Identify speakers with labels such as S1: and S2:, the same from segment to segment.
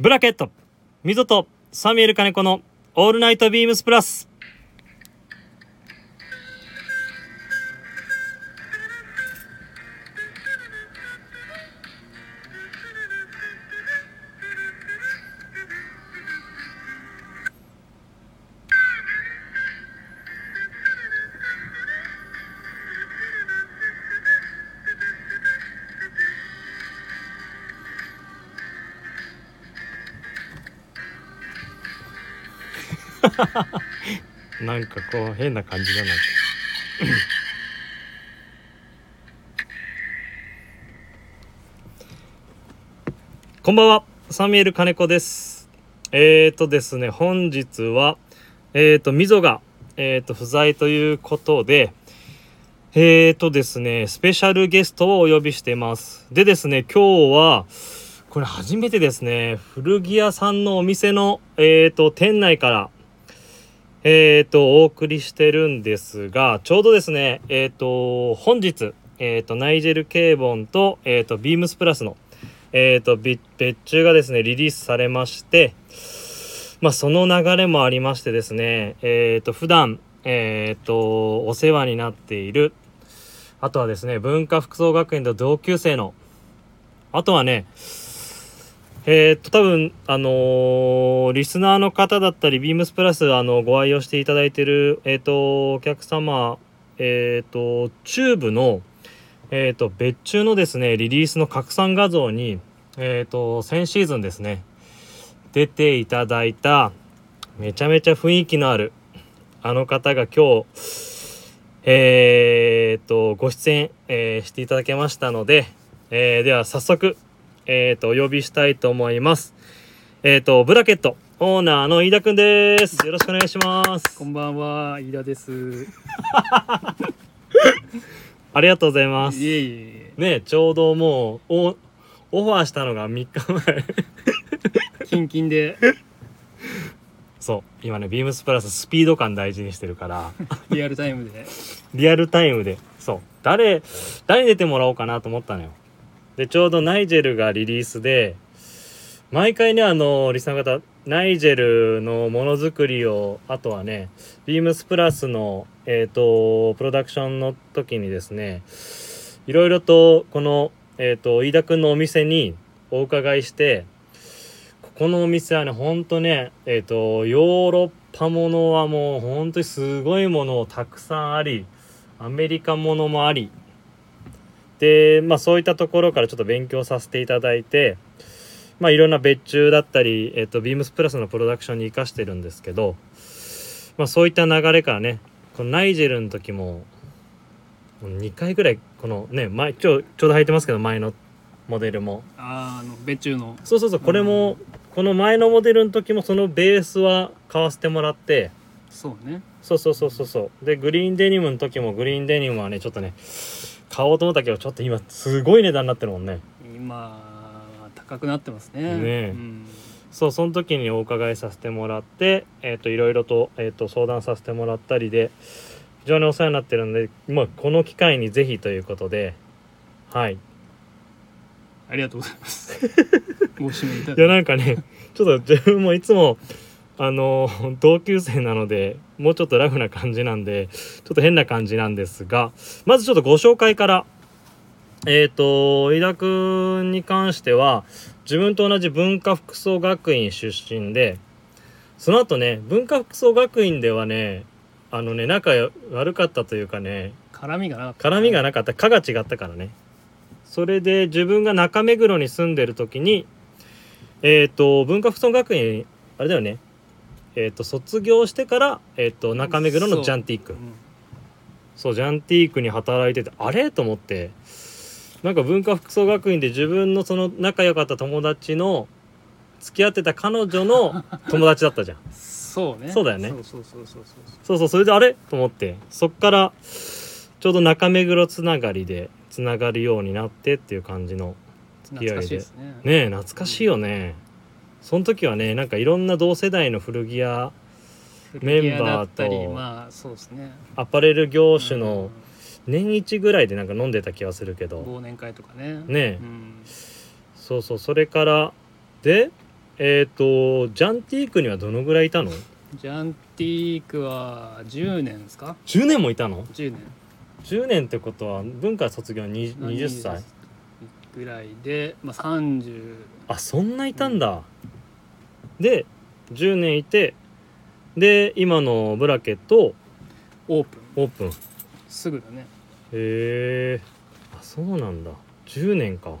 S1: ブラケットミゾとサミュエル金子のオールナイトビームスプラスなんかこう変な感じじゃないこんばんはサミュエル金子ですえーとですね本日はえーとみぞがえーと不在ということでえーとですねスペシャルゲストをお呼びしていますでですね今日はこれ初めてですね古着屋さんのお店のえーと店内からえっ、と、お送りしてるんですが、ちょうどですね、えっ、と、本日、えっ、と、ナイジェル・ケーボンと、えっ、と、ビームスプラスの、えっ、と、び別注がですね、リリースされまして、まあ、その流れもありましてですね、えっ、と、普段、えっ、と、お世話になっている、あとはですね、文化服装学園と同級生の、あとはね、えーっと、多分、あのーリスナーの方だったり、ビームスプラス、あの、ご愛用していただいてる、えーっと、お客様、えーっと、チューブの、えーっと、別注のですね、リリースの拡散画像に、えーっと、先シーズンですね、出ていただいた、めちゃめちゃ雰囲気のある、あの方が今日、えーっと、ご出演、えーしていただけましたので、えーでは早速、えっ、と、お呼びしたいと思います。えっ、と、ブラケット、オーナーの飯田くんです。よろしくお願いします
S2: こ。んばんは、飯田です。
S1: ありがとうございます。
S2: いえいえい
S1: ね、ちょうどもう、お、オファーしたのが3日前。
S2: え、キンキンで、
S1: そう、今ね、ビームスプラススピード感大事にしてるから、
S2: リアルタイムで。
S1: リアルタイムで、そう、誰、誰に出てもらおうかなと思ったのよ。で、ちょうどナイジェルがリリースで、毎回ね、あの、リスナーの方、ナイジェルのものづくりを、あとはね、ビームスプラスの、えっ、と、プロダクションの時にですね、いろいろと、この、えっ、と、飯田くんのお店にお伺いして、ここのお店はね、ほんとね、えっ、と、ヨーロッパものはもう、ほんとにすごいものをたくさんあり、アメリカものもあり、で、まあそういったところからちょっと勉強させていただいて、まあいろんな別注だったり、えっ、と、ビームスプラスのプロダクションに活かしてるんですけど、まあそういった流れからね、このナイジェルの時も、もう2回ぐらい、このね、前、ちょ、ちょうど履いてますけど、前のモデルも。
S2: あーあの、別注の。
S1: そうそうそう、これも、この前のモデルの時もそのベースは買わせてもらって、
S2: そうね。
S1: そうそうそうそうそうでグリーンデニムの時もグリーンデニムはねちょっとね買おうと思ったけどちょっと今すごい値段になってるもんね
S2: 今、高くなってますね。
S1: ねえ
S2: うん、
S1: そうその時にお伺いさせてもらってえっ、といろいろと,、えー、と相談させてもらったりで非常にお世話になってるので、まあ、この機会にぜひということではい
S2: ありがとうございます。ご指名いた
S1: いや
S2: だい
S1: なんかねちょっと自分もいつもあの同級生なのでもうちょっとラフな感じなんでちょっと変な感じなんですがまずちょっとご紹介からえっ、と飯田君に関しては自分と同じ文化服装学院出身でその後ね文化服装学院ではねあのね仲悪かったというかね
S2: て。絡みがなかった。
S1: 絡みがなかった科が違ったからねそれで自分が中目黒に住んでる時にえっ、と文化服装学院あれだよねえっ、と卒業してから、えー、と中目黒のジャンティーク
S2: う
S1: そうんジャンティークに働いててあれと思ってなんか文化服装学院で自分のその仲良かった友達の付き合ってた彼女の友達だったじゃん
S2: そうね。
S1: そうだよね
S2: そうそうそうそうそうそう。
S1: そうそうそれであれと思ってそっからちょうど中目黒つながりでつながるようになってっていう感じのき合いで
S2: 懐かしいですね。
S1: ねえ懐かしいよね、その時はねなんかいろんな同世代の古着屋
S2: 古着屋だった
S1: メンバー
S2: り、
S1: と
S2: まあ、そうですね。
S1: アパレル業種の年一ぐらいでなんか飲んでた気がするけ
S2: うん
S1: ど
S2: 忘年会とかね。
S1: ねえ
S2: うん
S1: そうそうそれからでえっ、とジャンティークにはどのぐらいいたの
S2: ジャンティークは10年ですか
S1: ?10 年もいたの
S2: 10年
S1: ?10 年ってことは文化卒業は 20, 20歳
S2: ぐらいで、まあ、30
S1: あそんないたんだ、で10年いてで今のブラケと
S2: オープ
S1: オ
S2: ン
S1: ープンへ
S2: すぐだね
S1: えあそうなんだ10年か
S2: 10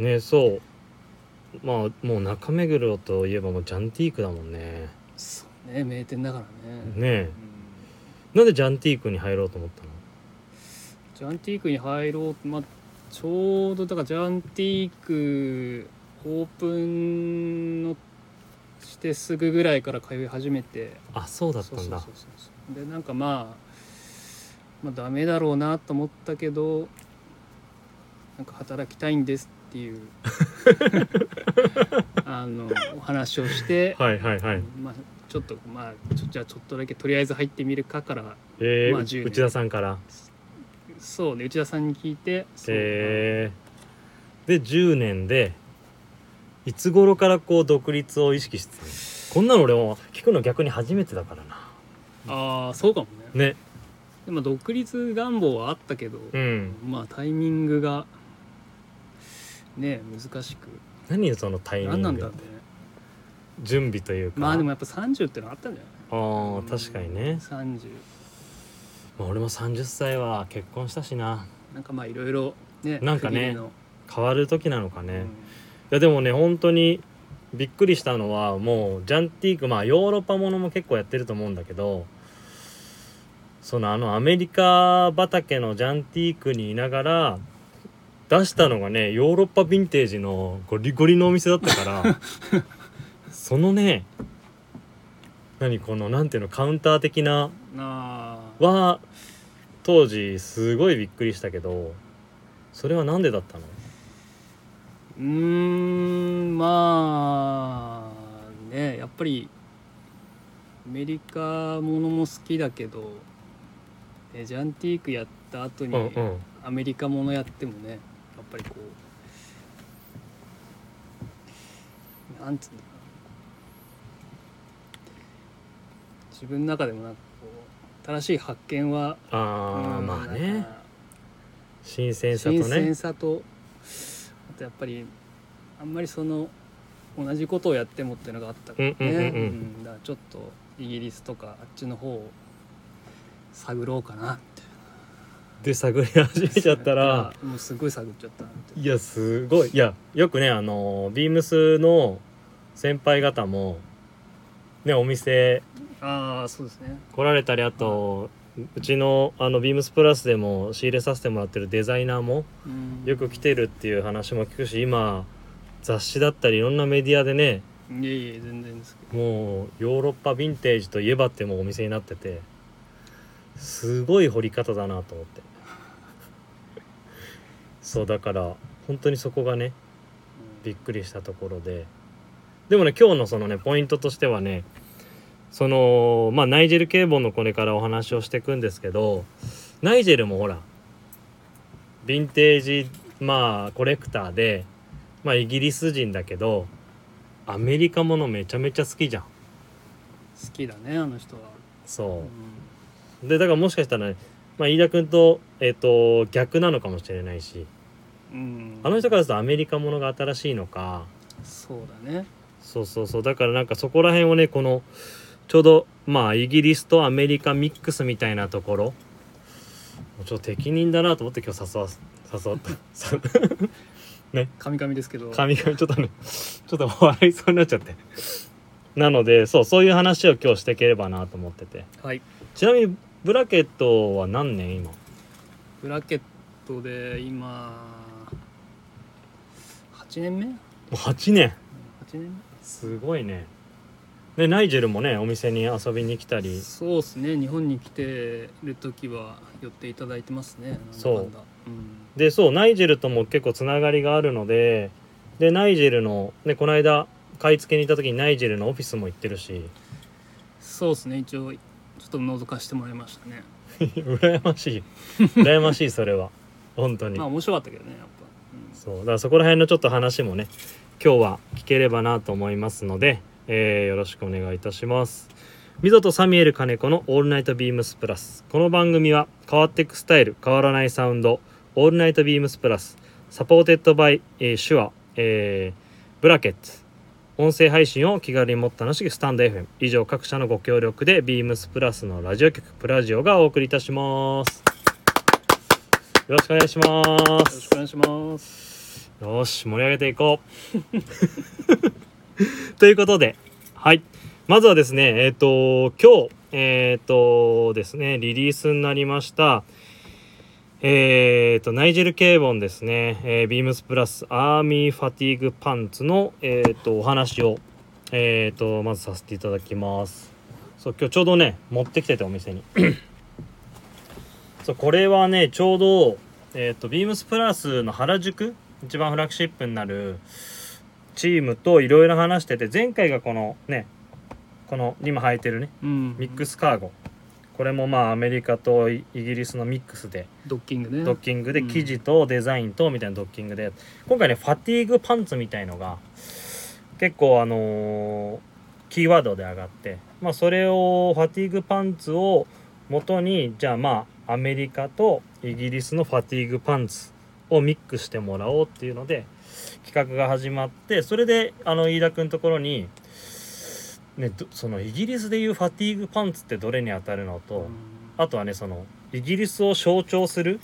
S2: 年
S1: ねそうまあもう中目黒といえばもうジャンティークだもんね
S2: そうね名店だからね、
S1: ねえ
S2: うん
S1: なんでジャンティークに入ろうと思ったの
S2: ジャンティークに入ろう、まあ、ちょうどだからジャンティークオープンのしてすぐぐらいから通い始めて
S1: あそうだった
S2: そうそ
S1: ん
S2: うそう
S1: だ
S2: そうそうでなんかまあまあダメだろうなと思ったけどなんか働きたいんですっ ていうあのお話をして、
S1: はいはいはい
S2: まあ、ちょっとまあちょじゃあちょっとだけとりあえず入ってみるかから
S1: えー
S2: まあ
S1: う
S2: 10年
S1: 内田さんから
S2: そうね内田さんに聞いてそう
S1: えーで10年でいつ頃からこう独立を意識してたのこんなの俺も聞くの逆に初めてだからな
S2: ああそうかもね
S1: ね
S2: でも独立願望はあったけど、
S1: うん
S2: まあタイミングがね難しく
S1: 何よそのタイミ
S2: 何
S1: ング
S2: なんだってね
S1: 準備というか
S2: まあでもやっぱ30ってのあったんじゃない
S1: あー確かに
S2: うん
S1: ね、
S2: 30
S1: まあ、俺も30歳は結婚したしな
S2: なんかまあいろいろね
S1: なんかね
S2: 区切りの
S1: 変わる時なのかね、
S2: うん
S1: いやでもね本当にびっくりしたのはもうジャンティークまあヨーロッパものも結構やってると思うんだけどそのあのアメリカ畑のジャンティークにいながら出したのがねヨーロッパヴィンテージのゴリゴリのお店だったからそのね何このなんていうのカウンター的な
S2: あー
S1: は当時すごいびっくりしたけどそれはなんでだったの
S2: うーんまあねやっぱりアメリカものも好きだけどえジャンティークやった後に、
S1: うんうん
S2: アメリカものやってもねやっぱりこうなんつうんだろうな自分の中でもなんかこう新しい発見は
S1: ああ
S2: うん
S1: まあ
S2: なん
S1: ね
S2: か
S1: 新鮮さと
S2: 新鮮
S1: ね
S2: さとあとやっぱりあんまりその同じことをやってもっていうのがあったからね、
S1: うんうんうんうん
S2: だからちょっとイギリスとかあっちの方を探ろうかなって
S1: で 探り始めちゃったら
S2: もうすごい探っちゃったなって
S1: いやすごいいやよくねあのビームスの先輩方もねお店
S2: ああそうですね
S1: 来られたりあとうちのあのビームスプラスでも仕入れさせてもらってるデザイナーもよく来てるっていう話も聞くし今雑誌だったりいろんなメディアでね
S2: いえいえ全然ですけど
S1: もうヨーロッパヴィンテージといえばってもうお店になっててすごい掘り方だなと思って そうだから本当にそこがねびっくりしたところででもね今日のそのねポイントとしてはねそのまあナイジェル警本のこれからお話をしていくんですけどナイジェルもほらヴィンテージまあコレクターでまあイギリス人だけどアメリカものめちゃめちゃ好きじゃん
S2: 好きだねあの人は、
S1: そううでだからもしかしたらね、まあ、飯田君と,、えっと逆なのかもしれないし
S2: ん
S1: あの人からするとアメリカものが新しいのか
S2: そうだね
S1: そうそうそうだからなんかそこら辺をねこのちょうどまあイギリスとアメリカミックスみたいなところもうちょっと適任だなと思って今日誘わ誘わったさ
S2: カミカミですけど
S1: 髪がちょっとねちょっと笑いそうになっちゃってなのでそうそういう話を今日していければなと思ってて
S2: はい
S1: ちなみにブラケットは何年今
S2: ブラケットで今8年目8
S1: もう8年
S2: 年
S1: すごいねでナイジェルもねお店に遊びに来た
S2: 目
S1: り
S2: そうですね日本に来てる時は寄っていただいてますね
S1: そう
S2: なんだかんだうん
S1: でそうナイジェルとも結構つながりがあるのででナイジェルの、ね、この間買い付けに行った時にナイジェルのオフィスも行ってるし
S2: そうですね一応ちょっと覗かせてもらいましたね
S1: 羨ましい羨ましいそれは本当に
S2: まあ面白かったけどねやっぱ、うん
S1: そうだからそこら辺のちょっと話もね今日は聞ければなと思いますので、えーよろしくお願いいたしますミゾとサミュエル金子の「オールナイトビームスプラス」この番組は変わっていくスタイル変わらないサウンド「オールナイトビームスプラス」サポーテッドバイ、えー手話、えーブラケット音声配信を気軽にもっと楽しくスタンド FM 以上各社のご協力でビームスプラスのラジオ局プラジオがお送りいたしますよろしくお願いしま
S2: よろし
S1: す
S2: くお願いします
S1: よし盛り上げていこう ということではいまずはですねえっ、と今日えっ、とですねリリースになりましたえっ、とナイジェル・ケーボンですね、えービームスプラスアーミーファティーグパンツのえっ、とお話をえっ、とまずさせていただきますそう今日ちょうどね持ってきててお店にそうこれはねちょうどえっ、とビームスプラスの原宿一番フラッグシップになるチームといろいろ話してて前回がこのねこの今履いてるね
S2: うん
S1: ミックスカーゴこれもまあアメリカとイイギリスのミックスで
S2: ドッキングね
S1: ドッキングで
S2: うん
S1: 生地とデザインとみたいなドッキングで今回ねファティーグパンツみたいのが結構あのーキーワードで上がってまあそれをファティーグパンツを元にじゃあまあアメリカとイギリスのファティーグパンツをミックスしてもらおうっていうので企画が始まってそれであの飯田君のところに、ね、どそのイギリスでいうファティーグパンツってどれに当たるのと、
S2: うん
S1: あとはねそのイギリスを象徴する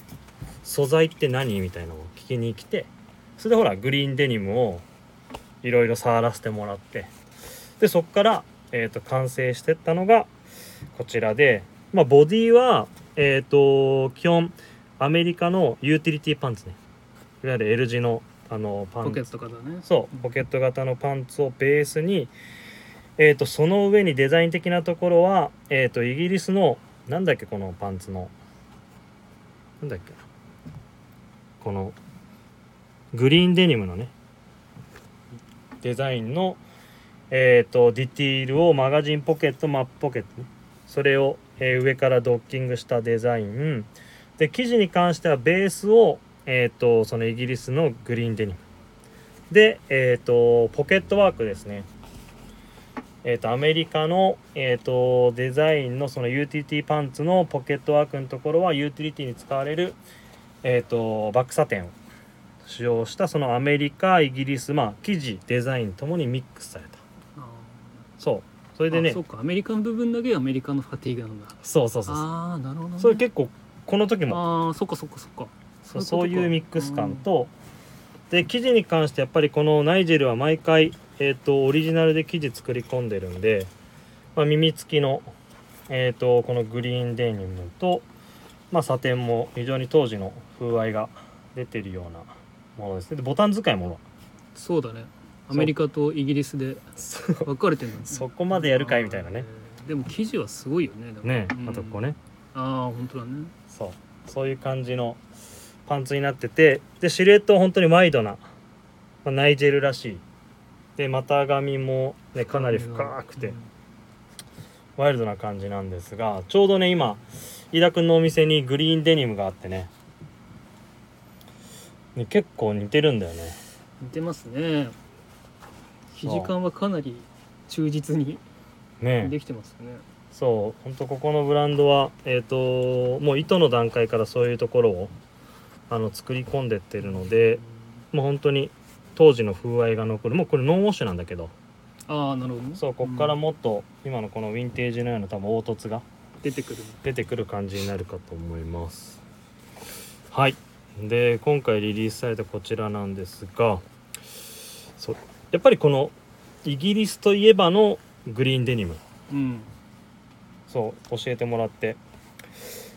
S1: 素材って何みたいなのを聞きに来てそれでほらグリーンデニムをいろいろ触らせてもらってでそっから、えー、と完成してったのがこちらで、まあ、ボディはえっ、と基本アメリカのユーティリティパンツねいわゆる L 字のあのパ
S2: ポ
S1: ン
S2: ケ
S1: ツ
S2: ットからね
S1: そうポケット型のパンツをベースに、えー、とその上にデザイン的なところは、えー、とイギリスのなんだっけこのパンツのなんだっけなこのグリーンデニムのねデザインの、えー、とディティールをマガジンポケットマップポケットねそれを、えー上からドッキングしたデザインで生地に関してはベースを、えー、とそのイギリスのグリーンデニムで、えー、とポケットワークですね、えー、とアメリカの、えー、とデザインのそのユーティリティパンツのポケットワークのところはユーティリティに使われる、えー、とバックサテンを使用したそのアメリカイギリスまあ生地デザインともにミックスされた
S2: あー
S1: そうそれで
S2: あ
S1: ね
S2: そうかアメリカの部分だけアメリカのファティーグなんだ
S1: そうそうそうそう
S2: ああなるほどね
S1: それ結構この時も
S2: ああそっかそっかそっか
S1: そう
S2: そう
S1: そう
S2: いうことか
S1: いうミックス感と、で生地に関してやっぱりこのナイジェルは毎回、えー、とオリジナルで生地作り込んでるんで、まあ、耳付きの、えー、とこのグリーンデニムと、まあ、サテンも非常に当時の風合いが出てるようなものですねでボタン使いもほら
S2: そうだねアメリカとイギリスで分かれてるんだね
S1: そこまでやるかいみたいなね
S2: あーでも記事はすごいよねでも
S1: ね
S2: うん
S1: あとこうね
S2: ああ本当だね
S1: そうそういう感じのパンツになっててでシルエットは本当にワイドな、まあ、ナイジェルらしいで股上も、ね、かなり深くて
S2: うん
S1: ワイルドな感じなんですがちょうどね今飯田君のお店にグリーンデニムがあってねね結構似てるんだよね
S2: 似てますね生地感はかなり忠実に
S1: ね
S2: できてますよね、
S1: そう本当ここのブランドはえっ、ともう糸の段階からそういうところをあの作り込んでってるのでもう本当に当時の風合いが残るもうこれノンウォッシュなんだけど
S2: ああなるほどね
S1: そうこっから
S2: ん
S1: もっと今のこのヴィンテージのような多分凹凸が
S2: 出てくるね
S1: 出てくる感じになるかと思いますはいで今回リリースされたこちらなんですがそうやっぱりこのイギリスといえばのグリーンデニム
S2: うん
S1: そう教えてもらって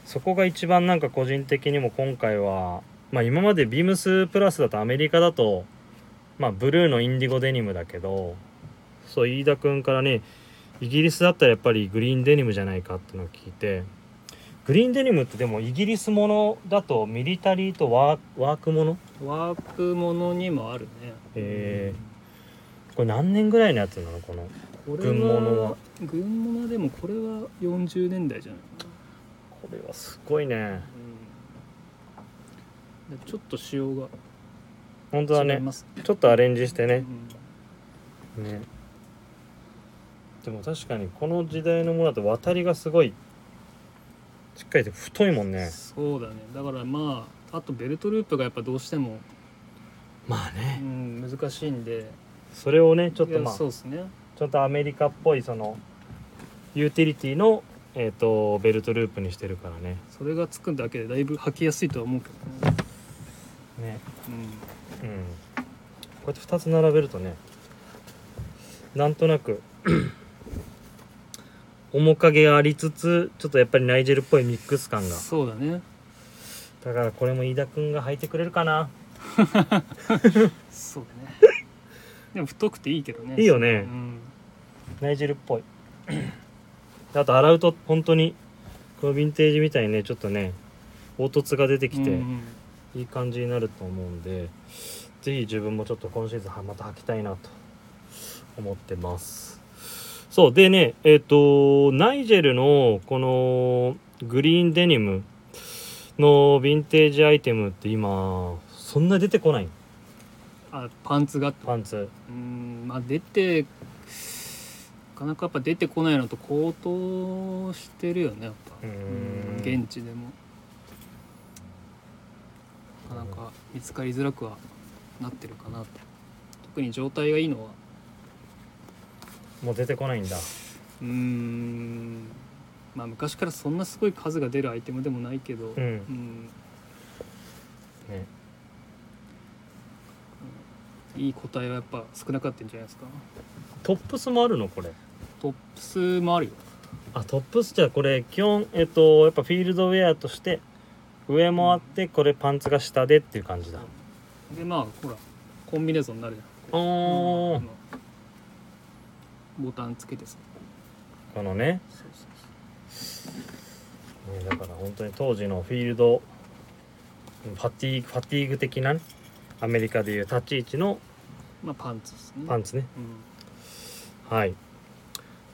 S1: そこが一番なんか個人的にも今回はまあ今までビームスプラスだとアメリカだとまあブルーのインディゴデニムだけどそう飯田君からねイギリスだったらやっぱりグリーンデニムじゃないかってのを聞いてグリーンデニムってでもイギリスものだとミリタリーとワーワークもの
S2: ワークものにもあるね
S1: へこれ何年ぐらいのやつなのこの
S2: これ
S1: 軍物は
S2: は軍物はでもこれは40年代じゃないかな
S1: これはすごいね
S2: でちょっと仕様
S1: 本当だ
S2: が違
S1: ね
S2: います
S1: ちょっとアレンジしてね
S2: うん
S1: ねでも確かにこの時代のものだと渡りがすごいしっかりと太いもんね
S2: そうだねだからまああとベルトループがやっぱどうしても、
S1: まあ
S2: う
S1: ね
S2: ん、難しいんで
S1: それをねちょっと
S2: いや
S1: まあ
S2: そうですね
S1: ちょっとアメリカっぽいそのユーティリティのえっ、とベルトループにしてるからね
S2: それがつくだけでだいぶ履きやすいとは思うけどね、
S1: ね
S2: うん
S1: うんこうやって2つ並べるとねなんとなく 面影ありつつちょっとやっぱりナイジェルっぽいミックス感が
S2: そうだね
S1: だからこれも飯田君が履いてくれるかな
S2: そう だねでも太くていいけどね
S1: いいよ
S2: う
S1: ね、
S2: ん、
S1: ナイジェルっぽい あと洗うと本当にこのヴィンテージみたいにねちょっとね凹凸が出てきて、
S2: うん
S1: いい感じになると思うんでぜひ自分もちょっと今シーズンはまた履きたいなと思ってますそうでねえっ、とナイジェルのこのグリーンデニムのヴィンテージアイテムって今そんな出てこない
S2: あパンツがってこと
S1: パンツ
S2: うんまあ出てなかなかやっぱ出てこないのと高騰してるよねやっぱ
S1: うーん
S2: 現地でもなかなか見つかりづらくはなってるかなと特に状態がいいのは
S1: もう出てこないんだ
S2: うーんまあ昔からそんなすごい数が出るアイテムでもないけど、
S1: うん
S2: うん
S1: ね
S2: いい個体はやっぱ少なかったんじゃないですか
S1: トップスもあるのこれ
S2: トップスもあるよ
S1: あトップスじゃあこれ基本えっ、とやっぱフィールドウェアとして上もあってこれパンツが下でっていう感じだ
S2: でまあほらコンビネーションになるじゃん
S1: おー
S2: あのボタンつけてさ
S1: このね
S2: そうそうそ
S1: ねだから本当に当時のフィールドファティーグファティーグ的なねアメリカでいう立ち位置の
S2: うまあパンツですね
S1: パンツね
S2: うん
S1: はい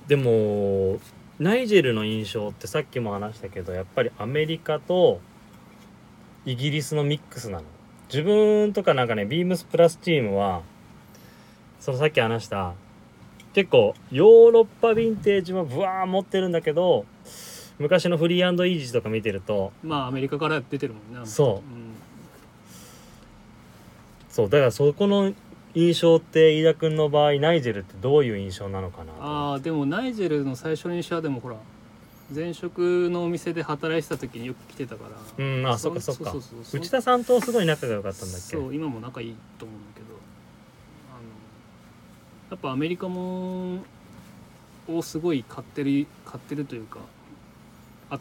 S1: でもナイジェルの印象ってさっきも話したけどやっぱりアメリカとイギリスのミックスなの自分とかなんかねビームスプラスチームはそのさっき話した結構ヨーロッパヴィンテージはブワー持ってるんだけど昔のフリーイージーとか見てると
S2: まあアメリカから出てるもんね、
S1: そう
S2: ん、
S1: そうだからそこの印象って飯田君の場合ナイジェルってどういう印象なのかな
S2: ああでもナイジェルの最初の印象はでもほら前職のお店で働いてた時によく来てたから
S1: うんあそっかそっか
S2: うそうそう
S1: 内田さんとすごい仲が良かったんだっけ
S2: そう今も仲いいと思うんだけどあのやっぱアメリカもをすごい買ってる買ってるというか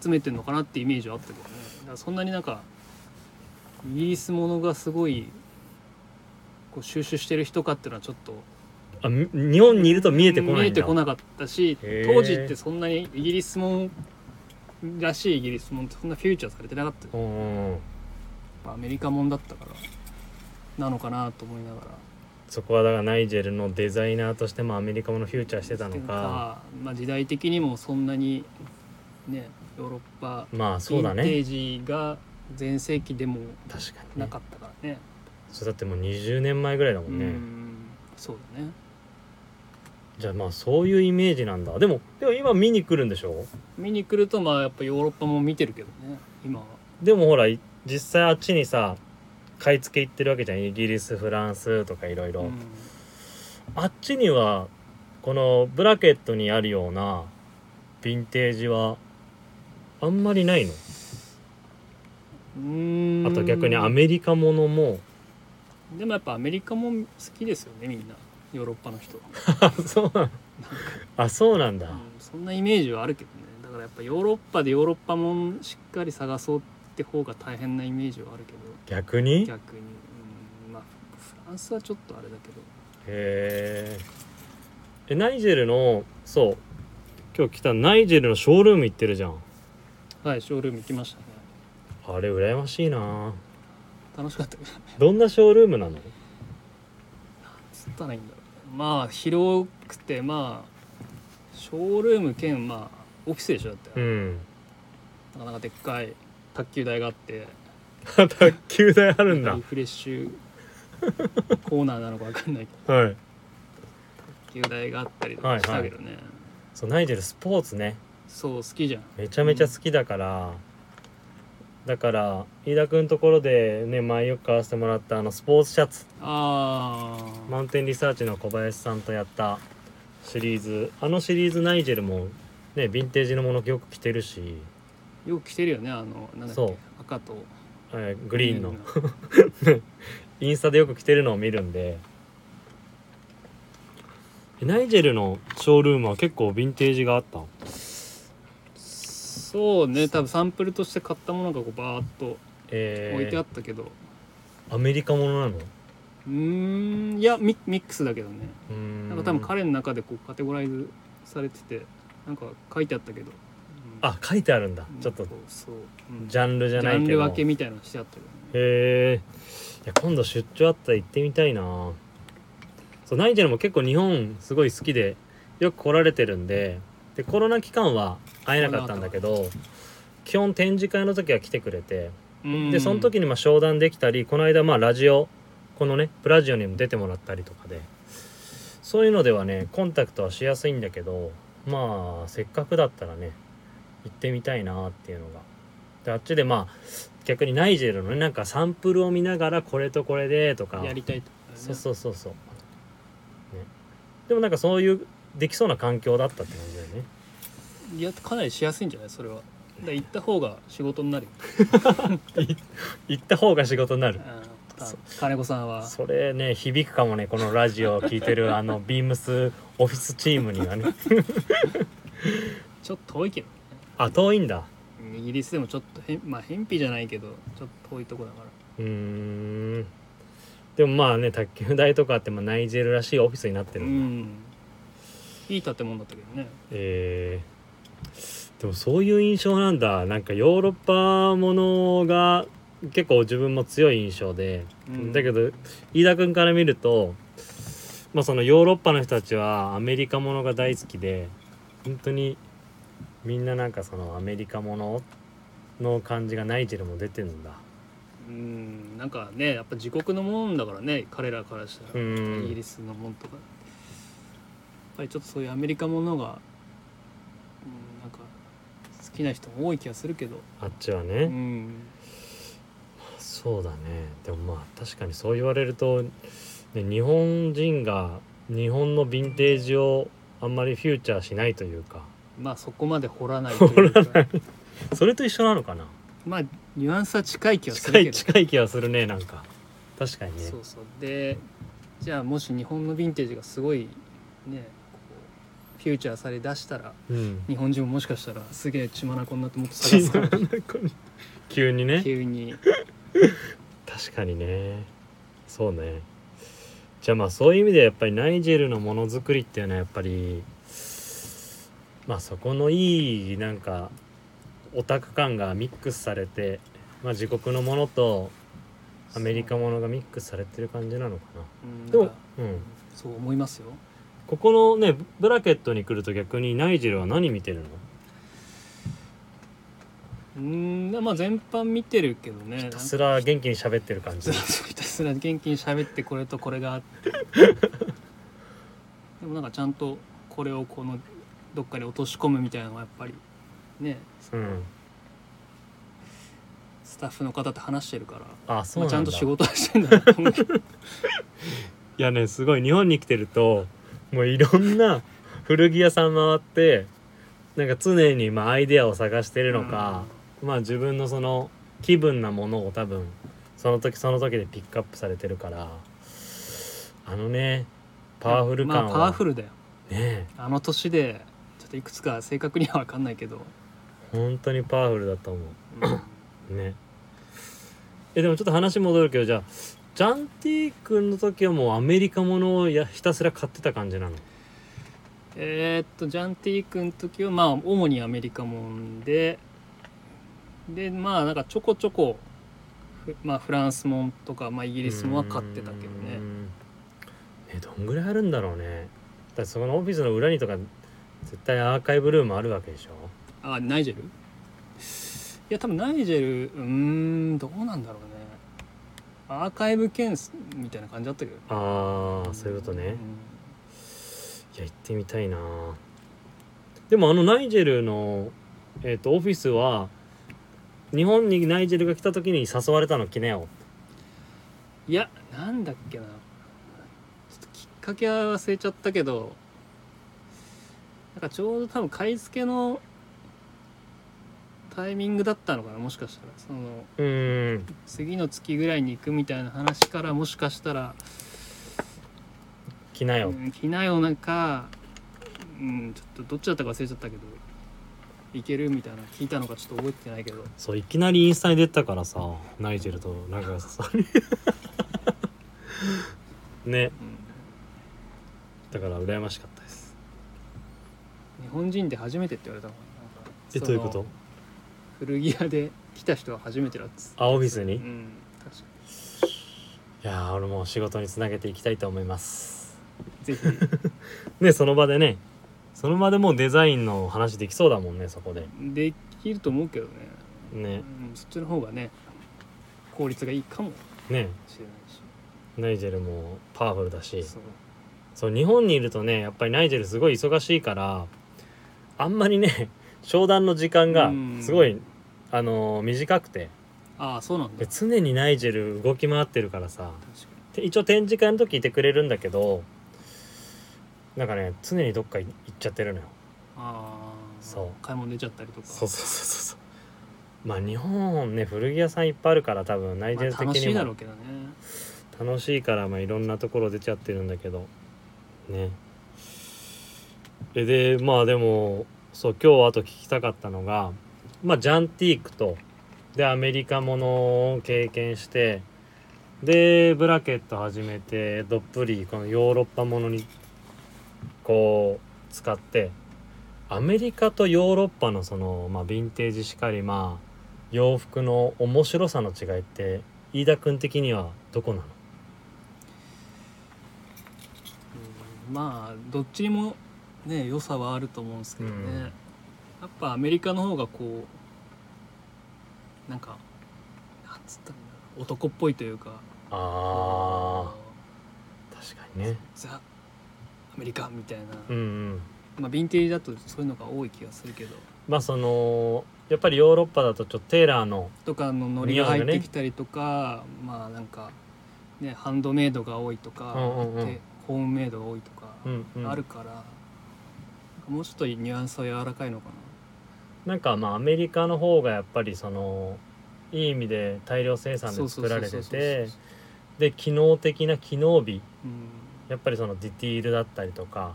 S2: 集めてるのかなってイメージはあったけどねだからそんなになんかイギリスものがすごいこう収集してる人かっていうのはちょっと
S1: あみ日本にいると見えてこないんだ
S2: かったし
S1: へー
S2: 当時ってそんなにイギリスもんらしいイギリスもんってそんなフューチャーされてなかったよ
S1: うんうんうん
S2: やっぱアメリカもんだったからなのかなと思いながら
S1: そこはだからナイジェルのデザイナーとしてもアメリカものフューチャーしてたのか
S2: まあ、時代的にもそんなにねヨーロッパ
S1: まあそうだ
S2: ヴィ
S1: ね
S2: ンテージが全盛期でも
S1: 確かに、
S2: な
S1: ね、
S2: かったからね
S1: そうだってもう20年前ぐらいだも
S2: うん
S1: ね、
S2: んそうだね
S1: じゃあまあそういうイメージなんだでもでも今見に来るんでしょ
S2: 見に来るとまあやっぱヨーロッパも見てるけどね今は
S1: でもほらい実際あっちにさ買い付け行ってるわけじゃんイギリスフランスとかいろいろ、
S2: うん
S1: あっちにはこのブラケットにあるようなヴィンテージはあんまりないの
S2: うーん
S1: あと逆にアメリカものも
S2: でもやっぱアメリカも好きですよねみんなヨーロッパの人、うん
S1: あそうなんあそうなんだ
S2: そんなイメージはあるけどねだからやっぱヨーロッパでヨーロッパもんしっかり探そうって方が大変なイメージはあるけど
S1: 逆にへ
S2: 逆に、うん、まあフランスはちょっとあれだけど
S1: ええナイジェルのそう今日来たナイジェルのショールーム行ってるじゃん
S2: はいショールーム行きましたね
S1: あれ羨ましいな
S2: 楽しかったけどね
S1: どんなショールームなの
S2: つったらいいんだろうまあ広くてまあショールーム兼まあオフィスでしょだって、
S1: うん
S2: なかなかでっかい卓球台があって
S1: 卓球 台あるんだ
S2: リフレッシュコーナーなのか分かんないけど
S1: はい
S2: 球大があったりとかしたけどね、
S1: そうナイジェルスポーツね
S2: そう好きじゃん
S1: めちゃめちゃ好きだから、だから飯田君のところでね前よく買わせてもらったあのスポーツシャツ
S2: ああ、
S1: マウンテンリサーチの小林さんとやったシリーズあのシリーズナイジェルもねヴィンテージのものよく着てるし、
S2: よく着てるよねあのなんだっ
S1: そう
S2: け赤と
S1: えーグリーンの
S2: うん
S1: インスタでよく着てるのを見るんでえナイジェルのショールームは結構ヴィンテージがあった
S2: そうね多分サンプルとして買ったものがこうバーッと
S1: えー
S2: 置いてあったけど、
S1: アメリカものなの
S2: うーんいやミミックスだけどね
S1: うーん
S2: なんか多分彼の中でこうカテゴライズされててなんか書いてあったけど、うん
S1: あ書いてあるんだ
S2: うん
S1: ちょっと
S2: こうそう、うん
S1: ジャンルじゃないけど
S2: ジャンル分けみたいなのしてあったけどね
S1: へえいや今度出張あったら行ってみたいなそうナイジェルも結構日本すごい好きでよく来られてるんででコロナ期間は会えなかったんだけど基本展示会の時は来てくれて
S2: うん
S1: でその時にまあ商談できたりこの間まあラジオこのねプラジオにも出てもらったりとかでそういうのではねコンタクトはしやすいんだけどまあせっかくだったらね行ってみたいなっていうのがであっちでまあ逆にナイジェルのねなんかサンプルを見ながらこれとこれでとか
S2: やりたいとか、ね、
S1: そうそうそうそう、ね、でもなんかそういうできそうな環境だったって感じだよね
S2: いやかなりしやすいんじゃないそれはだから行った方が仕事になるよ、
S1: 行った方が仕事になる
S2: うん
S1: そ
S2: 金子さんは
S1: それね響くかもねこのラジオを聞いてるあのビームスオフィスチームにはね
S2: ちょっと遠いけど
S1: あ遠いんだ
S2: イギリスでもちょっとへんまあ偏僻じゃないけどちょっと遠いとこだか
S1: うーんでもまあね卓球台とかあって、まあ、ナイジェルらしいオフィスになって
S2: ら
S1: る、
S2: うんいい建物だったけどね
S1: えーでもそういう印象なんだなんかヨーロッパものが結構自分も強い印象で、
S2: うん
S1: だけど飯田君から見ると、まあ、そのヨーロッパの人たちはアメリカものが大好きで本当にみんななんかそのアメリカものの感じがナイジェルも出てるんだ
S2: うんなんかねやっぱ自国のもんだからね彼らからした
S1: う
S2: ら、
S1: ん
S2: イギリスのもんとかやっぱりちょっとそういうアメリカものが、うん、なんか好きな人も多い気がするけど、
S1: あっちは
S2: う
S1: ね、
S2: ん、
S1: そうだねでもまあ確かにそう言われると、ね、日本人が日本のヴィンテージをあんまりフューチャーしないというか
S2: まあそこまで掘らないというか
S1: それと一緒なのかな
S2: まあニュアンスは近い気がす
S1: 近
S2: るけ
S1: い
S2: ど
S1: 近い気がするねなんか確かにね
S2: そうそうでじゃあもし日本のヴィンテージがすごいねこうフューチャーされだしたら
S1: うん
S2: 日本人ももしかしたらすげえ血眼になってもっと探
S1: 血
S2: すか も
S1: 眼に急にね
S2: 急に
S1: 確かにねそうねじゃあまあそういう意味でやっぱりナイジェルのものづくりっていうのはやっぱりまあそこのいいなんかオタク感がミックスされて、まあ、自国のものとアメリカものがミックスされてる感じなのか
S2: うん
S1: でも
S2: なんか
S1: なうん
S2: そう思いますよ
S1: ここのねブラケットに来ると逆にナイジェルは何見てるの
S2: うんまあ全般見てるけどね
S1: ひたすら元気に喋ってる感
S2: ず
S1: じ
S2: っとひたすら元気に喋ってこれとこれがあって でもなんかちゃんとこれをこのどっかに落とし込むみたいなのはやっぱりね
S1: うん
S2: スタッフの方って話してるから
S1: あそう
S2: まあ、
S1: なんだ、
S2: ちゃんと仕事はしてん だなと思うけど
S1: いやねすごい日本に来てるともういろんな古着屋さん回ってなんか常にまあアイデアを探してるのか、まあ自分のその気分なものを多分その時その時でピックアップされてるからあのねパワフル感
S2: ま
S1: は、
S2: あパワフルだよ
S1: ねえ
S2: あの年でちょっといくつか正確には分かんないけど、
S1: 本当にパワフルだと思
S2: うん
S1: うねえでもちょっと話戻るけどじゃあジャンティー君の時はもうアメリカものをやひたすら買ってた感じなの
S2: えーっとジャンティークの時はまあ主にアメリカもんででまあなんかちょこちょこふまあフランスもんとか、まあ、イギリスもんは買ってたけど
S1: うー
S2: ね
S1: んえどんぐらいあるんだろうねだってそこのオフィスの裏にとか絶対アーカイブルームあるわけでしょ
S2: あナイジェルいや多分ナイジェルうーんどうなんだろうねアーカイブ兼みたいな感じだったけど
S1: ああそういうことね
S2: ん
S1: や行ってみたいなでもあのナイジェルの、えー、とオフィスは日本にナイジェルが来た時に誘われたのキネオ
S2: いやなんだっけなちょっときっかけは忘れちゃったけどなんかちょうど多分買い付けのタイミングだったのかなもしかしたらその
S1: うーん
S2: 次の月ぐらいに行くみたいな話からもしかしたら
S1: キナヨ
S2: うん着なよなんか、うん、ちょっとどっちだったか忘れちゃったけど行けるみたいな聞いたのかちょっと覚えてないけど
S1: そういきなりインスタに出たからさナイジェルとなんかさ ね
S2: うん
S1: だから羨ましかったです
S2: 日本人で初めてって言われたのかななんか
S1: え
S2: その
S1: どういうこと
S2: 古着屋で来た人は初めてだっつ
S1: あオフィスに、
S2: う
S1: い
S2: ん確か
S1: やー俺も仕事につなげていきたいと思います
S2: にぜひ
S1: ねその場でねその場でもうデザインの話できそうだもんねそこで
S2: できると思うけどね、う
S1: ね
S2: ん、そっちの方がね効率がいいかも
S1: ね
S2: しれな
S1: ナイジェルもパワフルだし
S2: いしそう
S1: そう日本にいるとねやっぱりナイジェルすごい忙しいからあんまりね商談の時間が
S2: うん
S1: すごい、あのー短くて
S2: ああそうなんだ
S1: で
S2: 確
S1: 常にナイジェル動き回ってるからさ
S2: かに
S1: で一応展示会の時いてくれるんだけどなんかね常にどっか行っちゃってるのよ
S2: ああ
S1: そう
S2: 買い物出ちゃったりとか
S1: そうそうそうそうそうまあ日本ね古着屋さんいっぱいあるから多分ナイジ
S2: ま
S1: ェ
S2: あ
S1: ル
S2: 楽
S1: 的
S2: しい
S1: に
S2: だ
S1: も
S2: ろうけどね
S1: 楽しいから、まあ、いろんなところ出ちゃってるんだけどねえでまあでもそう今日あと聞きたかったのがまあジャンティークとでアメリカものを経験してでブラケット始めてどっぷりこのヨーロッパものにこう使ってアメリカとヨーロッパのそのまあヴィンテージしかりまあ洋服の面白さの違いって飯田君的にはどこなの
S2: うんまあどっちにもね良さはあると思うんですけどね、
S1: うん
S2: やっぱアメリカの方がこうなんかなんつったらいいんだろう男っぽいというか
S1: あー確かにね
S2: ザ・アメリカみたいな、
S1: うんうん
S2: まあヴィンテージだとそういうのが多い気がするけど
S1: まあそのやっぱりヨーロッパだとちょっとテーラーの
S2: とかのノリが入ってきたりとか、まあなんかねハンドメイドが多いとか、
S1: うんうんうん
S2: でホームメイドが多いとか、
S1: うんうん
S2: あるからもうちょっとニュアンスは柔らかいのかな
S1: なんかまあアメリカの方がやっぱりそのいい意味で大量生産で作られ
S2: そ
S1: て
S2: うそうそうそう
S1: て
S2: そう
S1: で機能的な機能美
S2: うん
S1: やっぱりそのディティールだったりとか、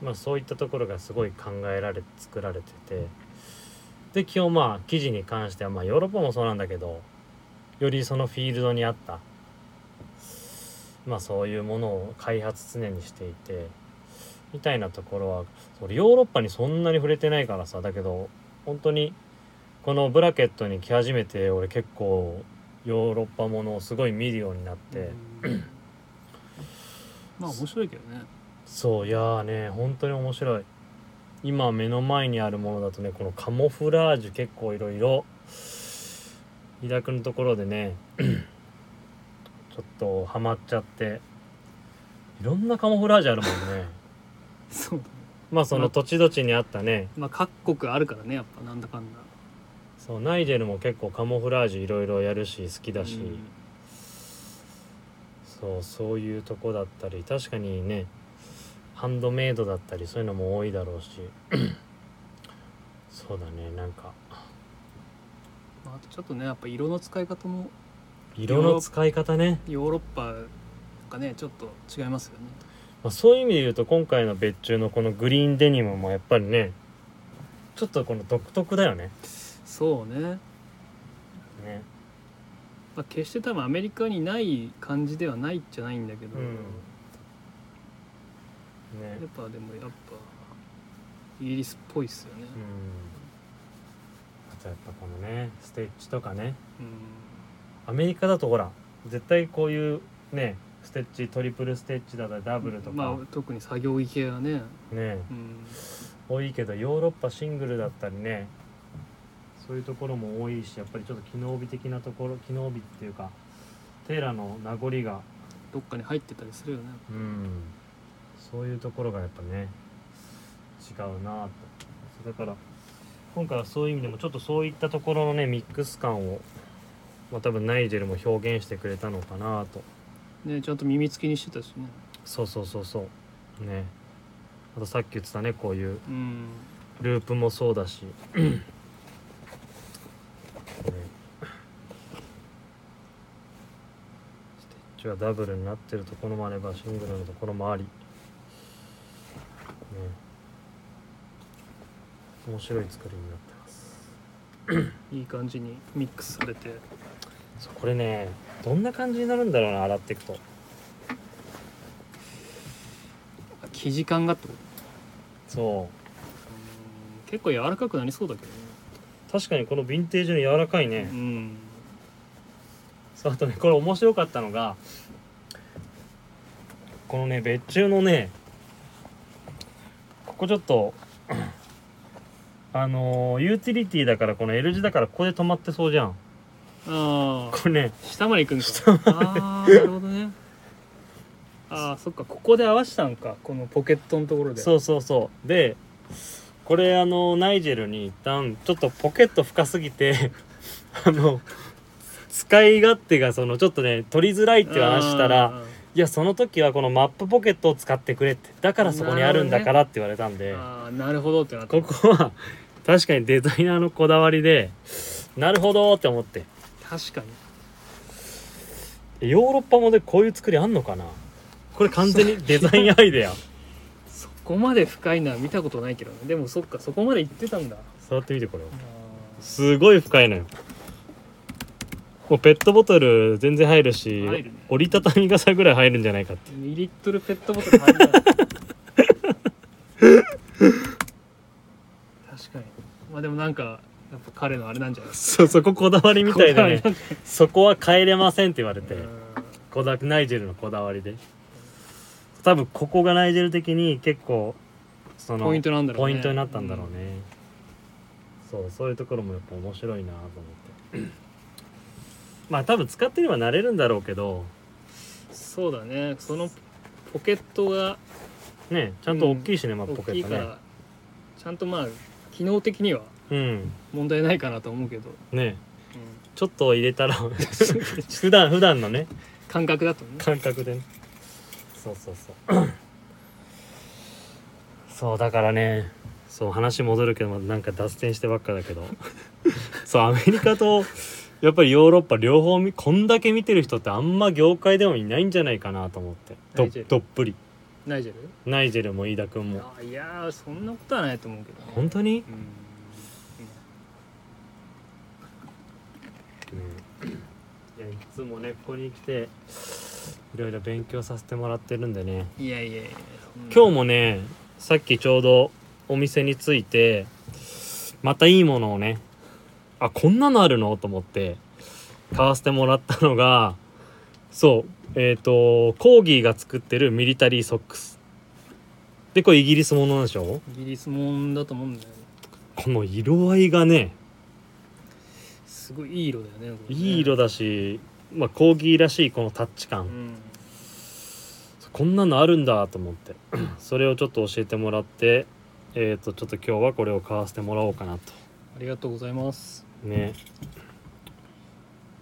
S1: まあ、そういったところがすごい考えられ作られててで基本まあ記事に関してはまあヨーロッパもそうなんだけどよりそのフィールドに合った、まあ、そういうものを開発常にしていてみたいなところは俺ヨーロッパにそんなに触れてないからさだけど本当にこのブラケットに来始めて俺結構ヨーロッパものをすごい見るようになって。
S2: うんまあ面白いけどね
S1: そういやーね本当に面白い今目の前にあるものだとねこのカモフラージュ結構いろいろ伊田君のところでねちょっとハマっちゃっていろんなカモフラージュあるもんね
S2: そうだね
S1: まあその土地土地にあったね
S2: まあ各国あるからねやっぱなんだかんだ
S1: そうナイジェルも結構カモフラージュいろいろやるし好きだし、
S2: うん
S1: そうそういうとこだったり確かにねハンドメイドだったりそういうのも多いだろうし そうだねなんか
S2: まあ、あとちょっとねやっぱ色の使い方も
S1: 色の使い方ね、
S2: ヨーロッパがねちょっと違いますよね
S1: まあ、そういう意味で言うと今回の別注のこのグリーンデニムもやっぱりねちょっとこの独特だよね
S2: そうね、
S1: ね
S2: まあ、決して多分アメリカにない感じではないじゃないんだけど、
S1: うん
S2: や
S1: ね
S2: っぱでもやっぱイギリスっぽいっすよね、
S1: うんあとやっぱこのねステッチとかね
S2: う
S1: ア
S2: ん
S1: メリカだとほら絶対こういうねステッチトリプルステッチだったりダブルとか、
S2: まあ特に作業着系はね、
S1: ね
S2: うん、
S1: 多いけどヨーロッパシングルだったりねそういうところも多いしやっぱりちょっと機能美的なところ機能美っていうかテーラの名残が
S2: どっかに入ってたりするよね
S1: うんそういうところがやっぱね違うなぁとそうだから今回はそういう意味でもちょっとそういったところのねミックス感をまあ多分ナイジェルも表現してくれたのかなぁと
S2: ねちゃんと耳つきにしてたしね
S1: そうそうそうそうねあとさっき言ってたねこういう
S2: うん
S1: ループもそうだしこれステッチはダブルになってるところもあればシングルのところもあり、ね、面白い作りになってます
S2: いい感じにミックスされて
S1: そうこれねどんな感じになるんだろうな洗っていくと
S2: 生地感がってこと
S1: そ
S2: うん結構柔らかくなりそうだけど
S1: う確かにこのヴィンテージの柔らかいね、
S2: ねうん
S1: そうあとねこれ面白かったのがこのね別注のねここちょっとあのーユーティリティだからこの L 字だからここで止まってそうじゃん
S2: ああ
S1: これね
S2: 下まで行くんかああなるほどねああそっかここで合わせたんかこのポケットのところで
S1: そうそうそうでこれあのナイジェルに一旦ちょっとポケット深すぎて あの使い勝手がそのちょっとね取りづらいって話したら
S2: あ
S1: いやその時はこのマップポケットを使ってくれってだからそこにあるんだからって言われたんで、
S2: ーあーなるほどってなった
S1: ここは確かにデザイナーのこだわりでなるほどって思って
S2: 確かに
S1: ヨーロッパもでこういう作りあんのかなこれ完全にデザインアイデア
S2: そこまで深いのは見たことないけどねでもそっかそこまで行ってたんだ
S1: 触ってみてこれをすごい深いのよもうペットボトル全然入るし
S2: 入るね
S1: 折りたたみ傘ぐらい入るんじゃないかって
S2: 2リットルペットボトル入 るな確かにまあでもなんかやっぱ彼のあれなんじゃないです
S1: そうそここだわりみたい だね
S2: こだわりなん
S1: そこは変えれませんって言われ
S2: か
S1: てこだナイジェルのこだわりで多分ここがナイジェル的に結構その
S2: ポイントなんだろう
S1: ポ
S2: ね
S1: イントになったんだろうね、そうそういうところもやっぱ面白いなと思って まあ多分使ってれば慣れるんだろうけど
S2: そうだねそのポケットが
S1: ねちゃんと大きいしね、まあポケ
S2: 大き
S1: ッ
S2: い
S1: ト
S2: か
S1: ね
S2: らちゃんとまあ機能的には
S1: うん
S2: 問題ないかなと思うけど、
S1: ね
S2: う
S1: ちょっと入れたら
S2: ん
S1: 普段普段のね
S2: 感覚だとね
S1: 感覚でねそうそうそう そうだからねそう話戻るけどまあなんか脱線してばっかだ けどそうアメリカとやっぱりヨーロッパ両方みこんだけ見てる人ってあんま業界でもいないんじゃないかなと思って
S2: ナ
S1: ど
S2: イジェル
S1: どっぷり
S2: ナイジェル
S1: ナイジェルも飯田君も
S2: あいやーそんなことはないと思うけど、ね、
S1: 本当に、ね
S2: うん
S1: いやいつもねここに来ていろいろ勉強させてもらってるんでね
S2: いやいやいや
S1: 今日
S2: も
S1: もねさっきちょうどお店に着いてまたいいものをねあこんなのあるのと思って買わせてもらったのがそうえっ、とコーギーが作ってるミリタリーソックスでこれイギリスものなんでしょ
S2: イギリスもんだと思うんだよね
S1: この色合いがね
S2: すごいいい色だよねこれね
S1: いい色だし、まあ、コーギーらしいこのタッチ
S2: う
S1: 感
S2: ん
S1: こんなのあるんだと思って それをちょっと教えてもらってえっ、とちょっと今日はこれを買わせてもらおうかなと
S2: ありがとうございます
S1: ね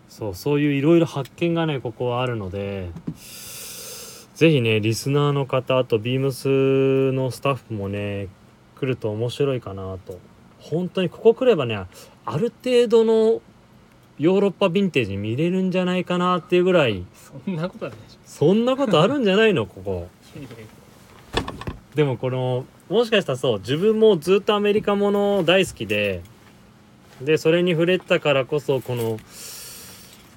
S1: そうそういういろいろ発見がねここはあるのでぜひねリスナーの方あとビームスのスタッフもね来ると面白いかなと本当にここ来ればねある程度のヨーロッパヴィンテージ見れるんじゃないかなっていうぐらい
S2: そんなことはないでし
S1: そんなことあるんじゃないのここ
S2: ょいやいやいや
S1: でもこのもしかしたらそう自分もずっとアメリカもの大好きででそれに触れたからこそこの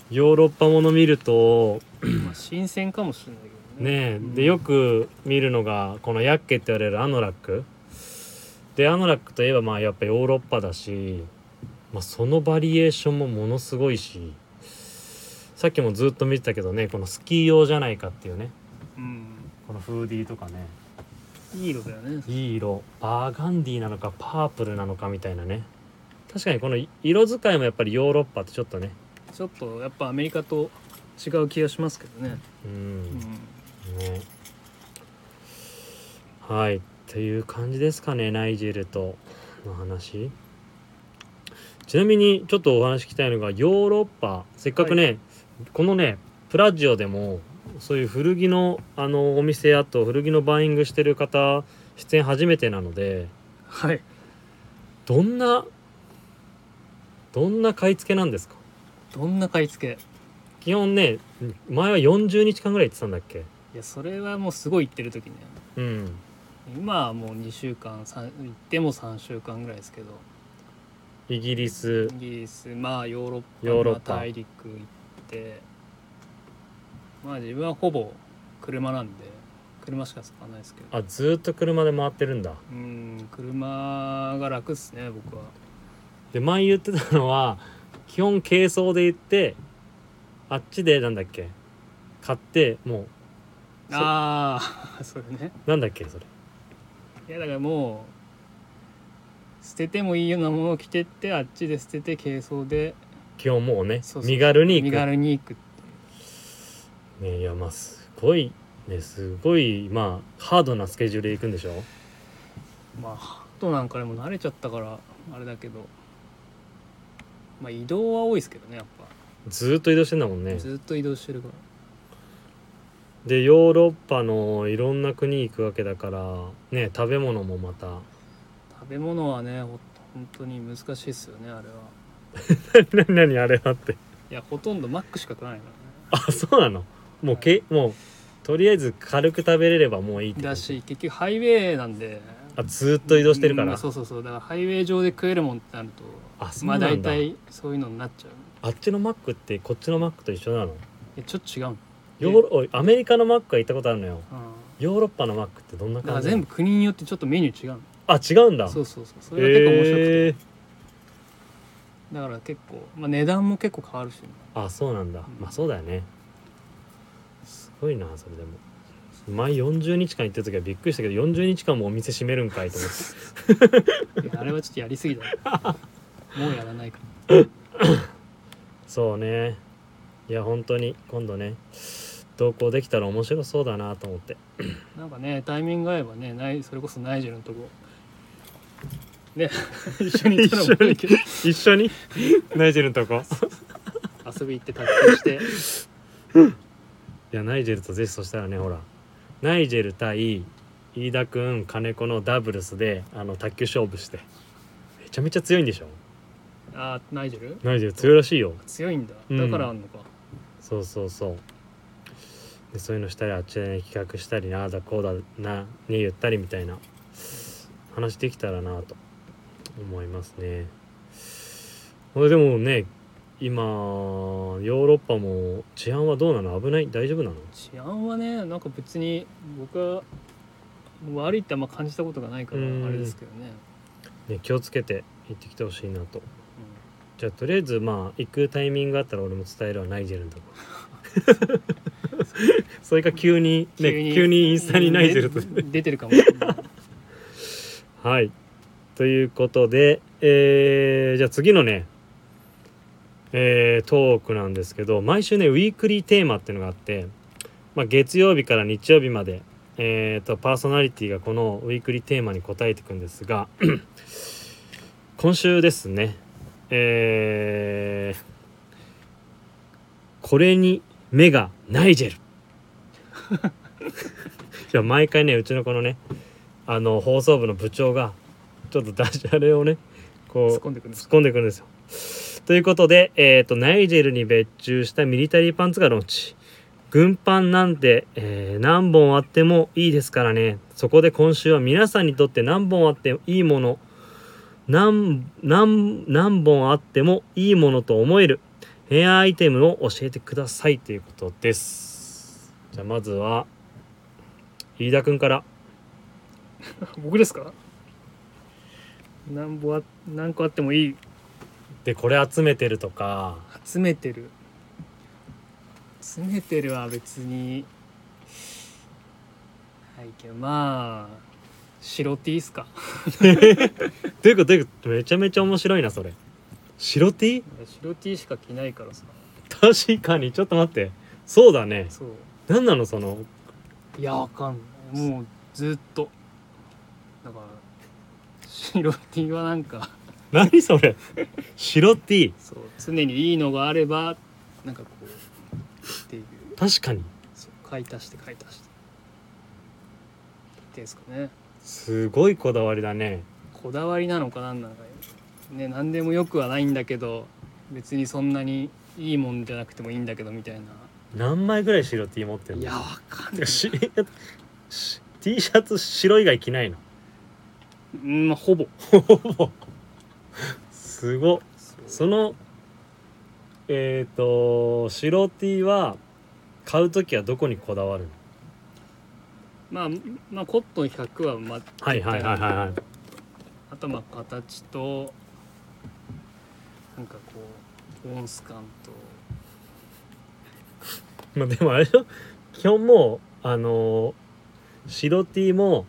S1: ヨーロッパもの見ると
S2: まあ新鮮かもしれないけどね
S1: ねえ
S2: うん
S1: でよく見るのがこのヤッケって言われるアノラックでアノラックといえばまあやっぱヨーロッパだし、まあ、そのバリエーションもものすごいしさっきもずっと見てたけどねこのスキー用じゃないかっていうね
S2: うん
S1: このフーディーとかね
S2: いい色だよね
S1: いい色バーガンディーなのかパープルなのかみたいなね確かにこの色使いもやっぱりヨーロッパってちょっとね
S2: ちょっとやっぱアメリカと違う気がしますけどね
S1: う
S2: うんん
S1: ねはいという感じですかねナイジェルとの話ちなみにちょっとお話聞きたいのがヨーロッパせっかくね、このねプラジオでもそういう古着のあのお店あと古着のバイングしてる方出演初めてなので
S2: はい
S1: どんなどんな買い付けなんですか
S2: どんな買い付け
S1: 基本ね前は40日間ぐらい行ってたんだっけ
S2: いやそれはもうすごい行ってる時ね
S1: うん
S2: 今はもう2週間さん行っても3週間ぐらいですけど
S1: イギリス
S2: イギリスまあヨーロッパ
S1: ヨーロッパ
S2: まあ大陸行ってまあ自分はほぼ車なんで車しか使わないですけど
S1: あずーっと車で回ってるんだ
S2: うん車が楽っすね僕は
S1: で前言ってたのは基本軽装で行ってあっちでなんだっけ買ってもそう
S2: ああ それね
S1: うなんだっけそれ
S2: いやだからもう捨ててもいいようなものを着てってあっちで捨てて軽装で
S1: 基本もうね
S2: そうそう
S1: 身軽に行
S2: 身
S1: く
S2: 軽に行く
S1: ねいやまあすごいねすごいまあハードなスケジュールで行くんでしょ
S2: まあハートなんかでも慣れちゃったからあれだけどまあ移動は多いですけどねやっぱ
S1: ずーっと移動してんだもんね
S2: ずっと移動してるから
S1: でヨーロッパのいろんな国行くわけだからね食べ物もまた
S2: 食べ物はねほ本当に難しいですよねあれは
S1: 何何あれはって
S2: いやほとんどマックしか食わないか
S1: あそうなのもうけもうとりあえず軽く食べれればもういいって感
S2: らねだ
S1: じ
S2: し結局ハイウェイなんで
S1: あずーっと移動してるか
S2: う
S1: ら
S2: んそうそうそうだからハイウェイ上で食えるもんってなると
S1: あそう
S2: ま
S1: な
S2: あ
S1: んだ、
S2: 大体そういうのになっちゃう
S1: あっちのマックってこっちのマックと一緒なの
S2: いやちょっと違うん
S1: ヨーロおいアメリカのマックは行ったことあるのよ
S2: うん
S1: ヨーロッパのマックってどんな
S2: だか
S1: 感
S2: ら
S1: じ
S2: 全部国によってちょっとメニュー違う
S1: あ違うんだ
S2: のそうそうそうそれが結構面白くて、
S1: えー
S2: だから結構、まあ、値段も結構変わるしね、
S1: あそうなんだ
S2: ん
S1: まあそうだよねすごいなそれでも前40日間行ってる時はびっくりしたけど40日間もお店閉めるんかいと思って
S2: いやあれはちょっとやりすぎだ ろもうやらないか
S1: そうねいや本当に今度ね同行できたら面白そうだなと思って
S2: らなんかねタイミング合えばねないそれこそナイジェルのとこ ね一緒に行ったら面白いけど
S1: 一緒にナイジェルのとこ
S2: 遊び行って卓球して
S1: いやナイジェルとぜひそしたらねほらナイジェル対飯田くん金子のダブルスであの卓球勝負してめちゃめちゃ強いんでしょ
S2: あナイジェル
S1: ナイジェル強いらしいよ
S2: 強いんだ
S1: うん
S2: だからあんのか、
S1: そうそうそうでそういうのしたりあっちで、ね、企画したりなあだこうだなね言ったりみたいな話できたらなと思いますねこれでもね今ヨーロッパも治安はどうなの危ない大丈夫なの
S2: 治安はねなんか別に僕は悪いってあんま感じたことがないから
S1: うん
S2: あれですけどね、
S1: ね気をつけて行ってきてほしいなとじゃあとりあえずまあ行くタイミングがあったら俺も伝えるわナイジェルのとこ それか急にね急にインスタにナイジェルと
S2: ね出てるかもしれない
S1: はいということでえーじゃあ次のねえートークなんですけど毎週ねウィークリーテーマっていうのがあって、まあ、月曜日から日曜日まで、えー、とパーソナリティがこのウィークリーテーマに答えていくんですが 今週ですねえーこれに目がナイジェル いや毎回ねうちのこのねあの放送部の部長がちょっとダジャレをねこう
S2: 突っ込んでくるんで
S1: 突
S2: す
S1: っ込んでくるんですよ。ということで、えー、とナイジェルに別注したミリタリーパンツがローンチ軍パンなんて、えー何本あってもいいですからねそこで今週は皆さんにとって何本あってもいいもの何何何本あってもいいものと思えるヘアアイテムを教えてくださいということですじゃあまずは飯田君から
S2: 僕ですか何ぼあ何個あってもいい
S1: でこれ集めてるとか
S2: 集めてる集めてるは別にはいけどまあ白 T っすか
S1: ということでめちゃめちゃ面白いなそれ白 T?
S2: 白 T しか着ないからさ
S1: 確かにちょっと待ってそうだね
S2: そう
S1: 何なのその
S2: いやわかんないもうずっとだから白 T はなんか
S1: 何それ白 T
S2: そう常にいいのがあればなんかこうっていう
S1: 確かに
S2: そう買い足して買い足してっていうんですかね
S1: すごいこだわりだね
S2: こだわりなのか何なのかね何でもよくはないんだけど別にそんなにいいもんじゃなくてもいいんだけどみたいな
S1: 何枚ぐらい白 T 持ってる
S2: い
S1: の
S2: やわかん
S1: て
S2: ない
S1: かしし T シャツ白以外着ないの
S2: うんまあほぼ
S1: ほぼすごっ
S2: そう
S1: そのえっ、と白 T は買う時はどこにこだわるの
S2: まあまあコットン100はま
S1: はいはいはいはいはい
S2: あとまあ形となんかこうオンス感と
S1: まあでもあれでしょ基本もうあのー白 T も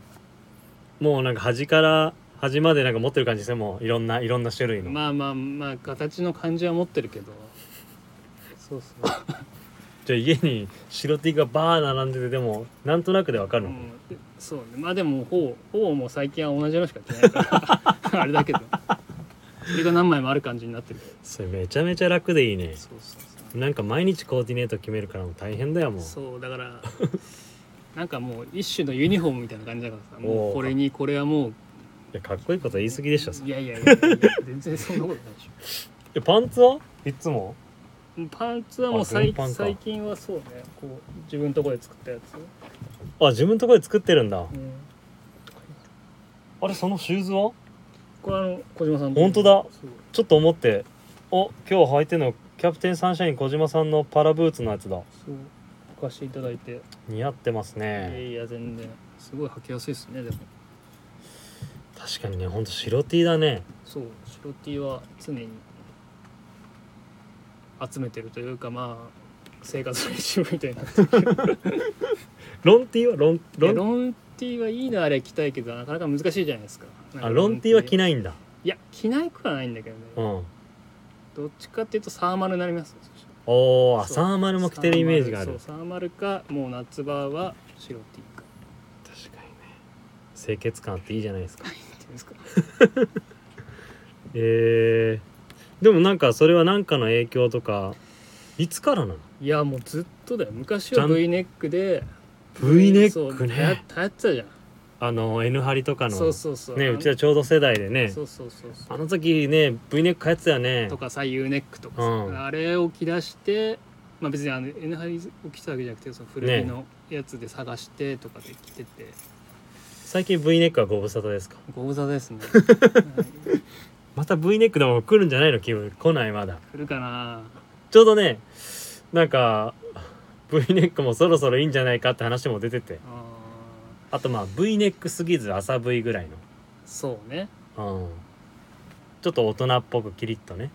S1: もうなんか端から端までなんか持ってる感じですねもういろんないろんな種類の、
S2: まあまあまあ形の感じは持ってるけどそうそう、
S1: じゃあ家に白 T がバー並んでてでもなんとなくでわかる
S2: う
S1: の、
S2: ん、そうねまあでもほうほうも最近は同じのしか着ないから あれだけどそれが何枚もある感じになってるけど
S1: それめちゃめちゃ楽でいいね
S2: そうそうそ
S1: なんか毎日コーディネート決めるからもう大変だよも
S2: う
S1: う
S2: そうだからなんかもう一種のユニフォームみたいな感じだからさも
S1: お
S2: う
S1: ー
S2: これにこれはもう
S1: いやかっこいいこと言い過ぎでしょそれ
S2: いやいやいやいや全然そんなことないで しょ
S1: えパンツはいつも
S2: パンツはもう
S1: あ全
S2: 最
S1: パンか
S2: 最近はそうねこう自分のところで作ったやつ、
S1: あ自分のところで作ってるんだ
S2: うん、
S1: あれそのシューズは
S2: これあの小島さん
S1: 本当だ
S2: そう
S1: ちょっと思ってお今日履いてるのキャプテンサンシャイン小島さんのパラブーツのやつだ
S2: そうお貸していただいて、
S1: 似合ってますね
S2: いやいや全然すごい履きやすいですねでも
S1: 確かにねほんと白 T だね
S2: そう白 T は常に集めてるというかまあ生活の一部みたいになってる
S1: ロン T はロン
S2: い
S1: ロ
S2: や
S1: ン
S2: ロン T はいいのあれ着たいけどなかなか難しいじゃないですか
S1: あロン T は着
S2: ない
S1: ないんだ
S2: いや着ないくはないんだけどね、
S1: うん
S2: どっちかっていうとサーマルになりますそしたら
S1: おーあ
S2: そう
S1: サーマルも着てるイメージがある
S2: そうサーマルかもう夏場は白 T か
S1: 確かにね清潔感あっていいじゃないですか
S2: っていうんですか
S1: えー、でもなんかそれは何かの影響とかいつからなの
S2: いやもうずっとだよ昔
S1: ちゃ
S2: は
S1: ん
S2: V ネックで
S1: V ネ
S2: そ
S1: ッ
S2: う
S1: ク
S2: 流行
S1: ね
S2: 流行ってたじゃん
S1: あの N 張りとかの
S2: そうそうそう
S1: ねうちはちょうど世代でね
S2: そうそうそうそ
S1: あ
S2: う
S1: の時ね V ネック流行ってたよね
S2: とかさ U ネックとかさ、
S1: うん
S2: あれを着出してまあ別にあの N ハリを着てたわけじゃなくてその古着のやつで探してとかで着てて、
S1: 最近 V ネックはご無沙汰ですか
S2: ご無沙汰 ですね、はい
S1: また V ネックでも来るんじゃないの気分来ないまだ
S2: 来るかな
S1: ちょうどねなんか V ネックもそろそろいいんじゃないかって話も出てて
S2: あ
S1: あとまあ V ネックすぎず朝 V ぐらい
S2: ーそうね
S1: のうんちょっと大人っぽくキリッとね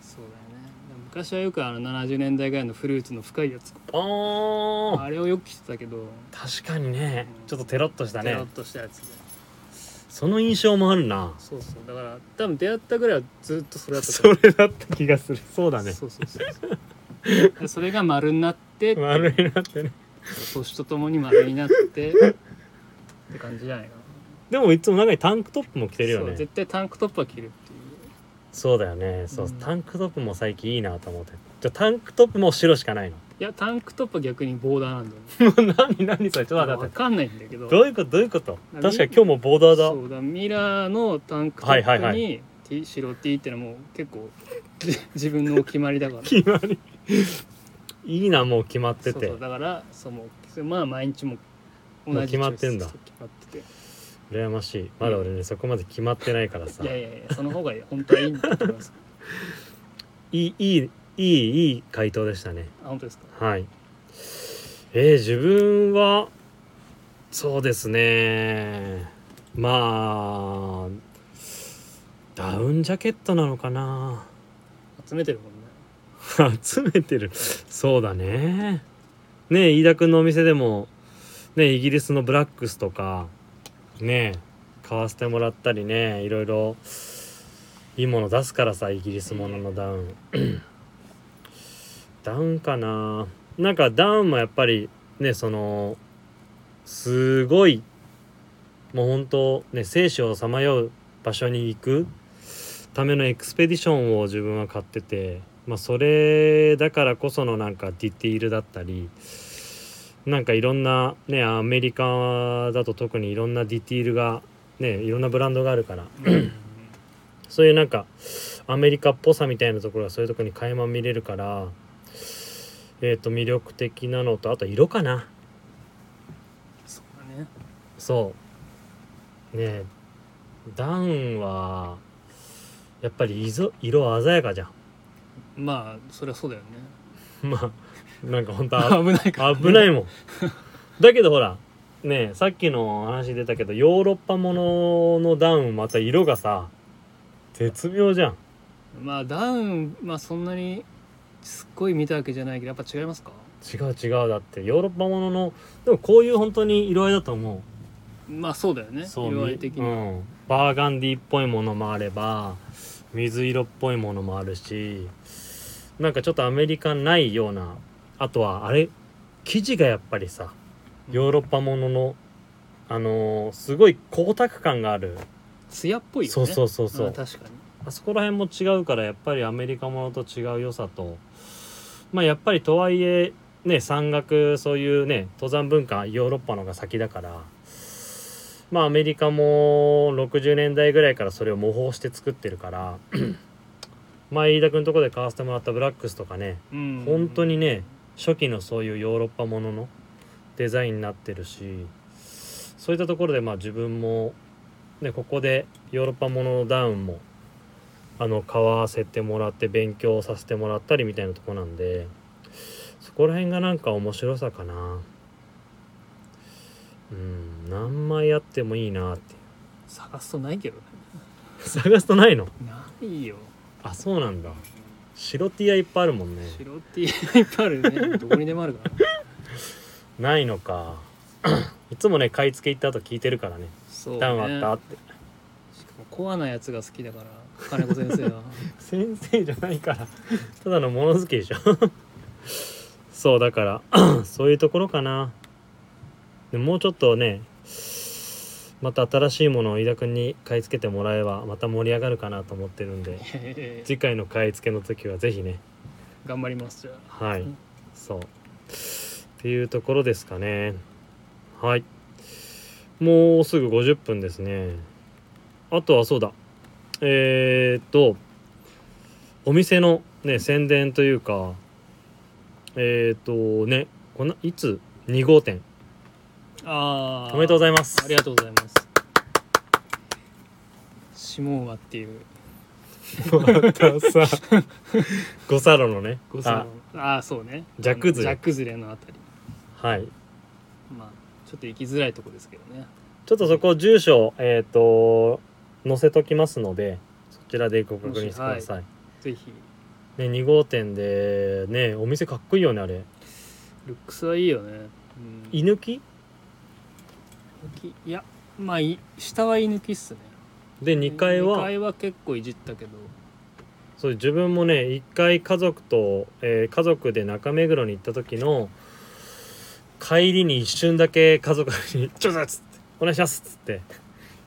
S2: そうだよね昔はよくあの70年代ぐらいのフルーツの深いやつ
S1: おー
S2: あれをよく着てたけど
S1: 確かにね
S2: うん
S1: ちょっとテロッとした
S2: ペロ
S1: ね
S2: ッとしたやつで
S1: その印象もあるな
S2: そうそうだから多分出会ったぐらいはずっとそれだった
S1: それだった気がするそうだね
S2: そうそうそうそうそれが丸になって
S1: 丸になってね
S2: 年とともに丸になってって感じじゃないかな
S1: でもいつも中にタンクトップも着てるよ
S2: そう
S1: ね
S2: 絶対タンクトップは着るっていう
S1: そうだよねそう、
S2: うん
S1: タンクトップも最近いいなと思ってじゃあタンクトップも白しかないの
S2: いやタンクトップは逆にボーダーなんだよね
S1: 何何それちょっと待
S2: 分
S1: って
S2: かんないんだけど
S1: どういうことどういうこと
S2: 何
S1: 確かに今日もボーダーだ
S2: そうだミラーのタンクト
S1: はいはい
S2: ッ
S1: は
S2: プ
S1: い
S2: に T 白 T ってのはもう結構 じ自分のお決まりだから
S1: 決まりいいなもう決まって
S2: そう
S1: て
S2: そうだからそのまあ毎日も同
S1: もう
S2: じ
S1: 決まってんだ
S2: チョイス決まってて
S1: 羨ましいまだ俺ねそこまで決まってないからさ
S2: いやいやいやその方がいい本当はいいんだと思います
S1: いいいいいいいい回答でしたね
S2: あ本当ですか
S1: はいえー、自分はそうですねまあダウンジャケットなのかな
S2: 集めてるもん ね
S1: 集めてるそうだねねえ飯田君のお店でもねイギリスのブラックスとかねえ買わせてもらったりねいろいろいいもの出すからさイギリスもののダウン ダウンかななんかダウンもやっぱりねそのすごいもう本当ね生死をさまよう場所に行くためのエクスペディションを自分は買ってて、まあ、それだからこそのなんかディティールだったりなんかいろんなねアメリカだと特にいろんなディティールがねいろんなブランドがあるからそういうなんかアメリカっぽさみたいなところがそういうとこに垣間見れるからえっ、と魅力的なのとあと色かな
S2: そうだね
S1: そうねえダウンはやっぱり色色鮮やかじゃ
S2: まあそりゃそうだよね
S1: んまあなんか本当あ
S2: 危ないから、
S1: 危ないもんだけどほらねえさっきの話出たけどヨーロッパもののダウンまた色がさ絶妙じゃん
S2: まあダウンまあそんなにすっごい見たわけじゃないけどやっぱ違いますか
S1: 違う違うだってヨーロッパもののでもこういう本当に色合いだと思
S2: まあそうだよ
S1: う
S2: ね
S1: そう
S2: 色合い的に、
S1: うん、バーガンディっぽいものもあれば水色っぽいものもあるしなんかちょっとアメリカンないようなあとはあれ生地がやっぱりさヨーロッパもののあのーすごい光沢感がある、
S2: 艶っぽいよね
S1: そうそうそうそう
S2: あ確かに
S1: あそこら辺も違うからやっぱりアメリカものと違う良さとまあやっぱりとはいえね山岳そういうね登山文化ヨーロッパのが先だからまあアメリカも60年代ぐらいからそれを模倣して作ってるから 前飯田君のとこで買わせてもらったブラックスとかね
S2: うん
S1: 本当にね初期のそういうヨーロッパもののデザインになってるしそういったところでまあ自分も、ね、ここでヨーロッパもののダウンもあの買わせてもらって勉強させてもらったりみたいなとこなんでそこら辺がなんか面白さかなうん何枚あってもいいなっていう
S2: 探すとないけどね
S1: 探すとないの
S2: ないよ
S1: あそうなんだ白 T はいっぱいあるもんね
S2: 白 T がいっぱいあるよ ねどこにでもあるから
S1: ないのか いつもね買い付け行った後聞いてるからね
S2: そう、ね、
S1: ダウンあったって
S2: しかもコアなやつが好きだから金子先 生は
S1: 先生じゃないから ただの物好きでしょ そうだから そういうところかなでもうちょっとねまた新しいものを飯田君に買い付けてもらえばまた盛り上がるかなと思ってるんで
S2: えー
S1: 次回の買い付けの時はぜひね
S2: 頑張りますじゃあ
S1: はい、
S2: うん
S1: そうっていうところですかねはいもうすぐ50分ですねあとはそうだえー、っとお店のね宣伝というかえー、っとねこんないつ2号店
S2: あー
S1: おめでとうございます
S2: ありがとうございますシモーアっていう
S1: またさ 五サロのね
S2: 誤差のああーそうね
S1: 弱崩れ
S2: あの弱崩れのあたり
S1: あはい
S2: まあちょっと行きづらいとこですけどね
S1: ちょっとそこ住所えー、っと載せときますのでそちらでご確認してくだ
S2: もし
S1: さい
S2: ぜひ
S1: ね、2号店でねお店かっこいいよねあれ
S2: ルックスはいいよね、うん、
S1: 居抜き
S2: きいやまあい下は居抜きっすね
S1: で2階は
S2: 2階は結構いじったけど
S1: そう自分もね1回家族と、えー家族で中目黒に行った時の帰りに一瞬だけ家族に 「ちょっと!」っつって「お願いします!」っつって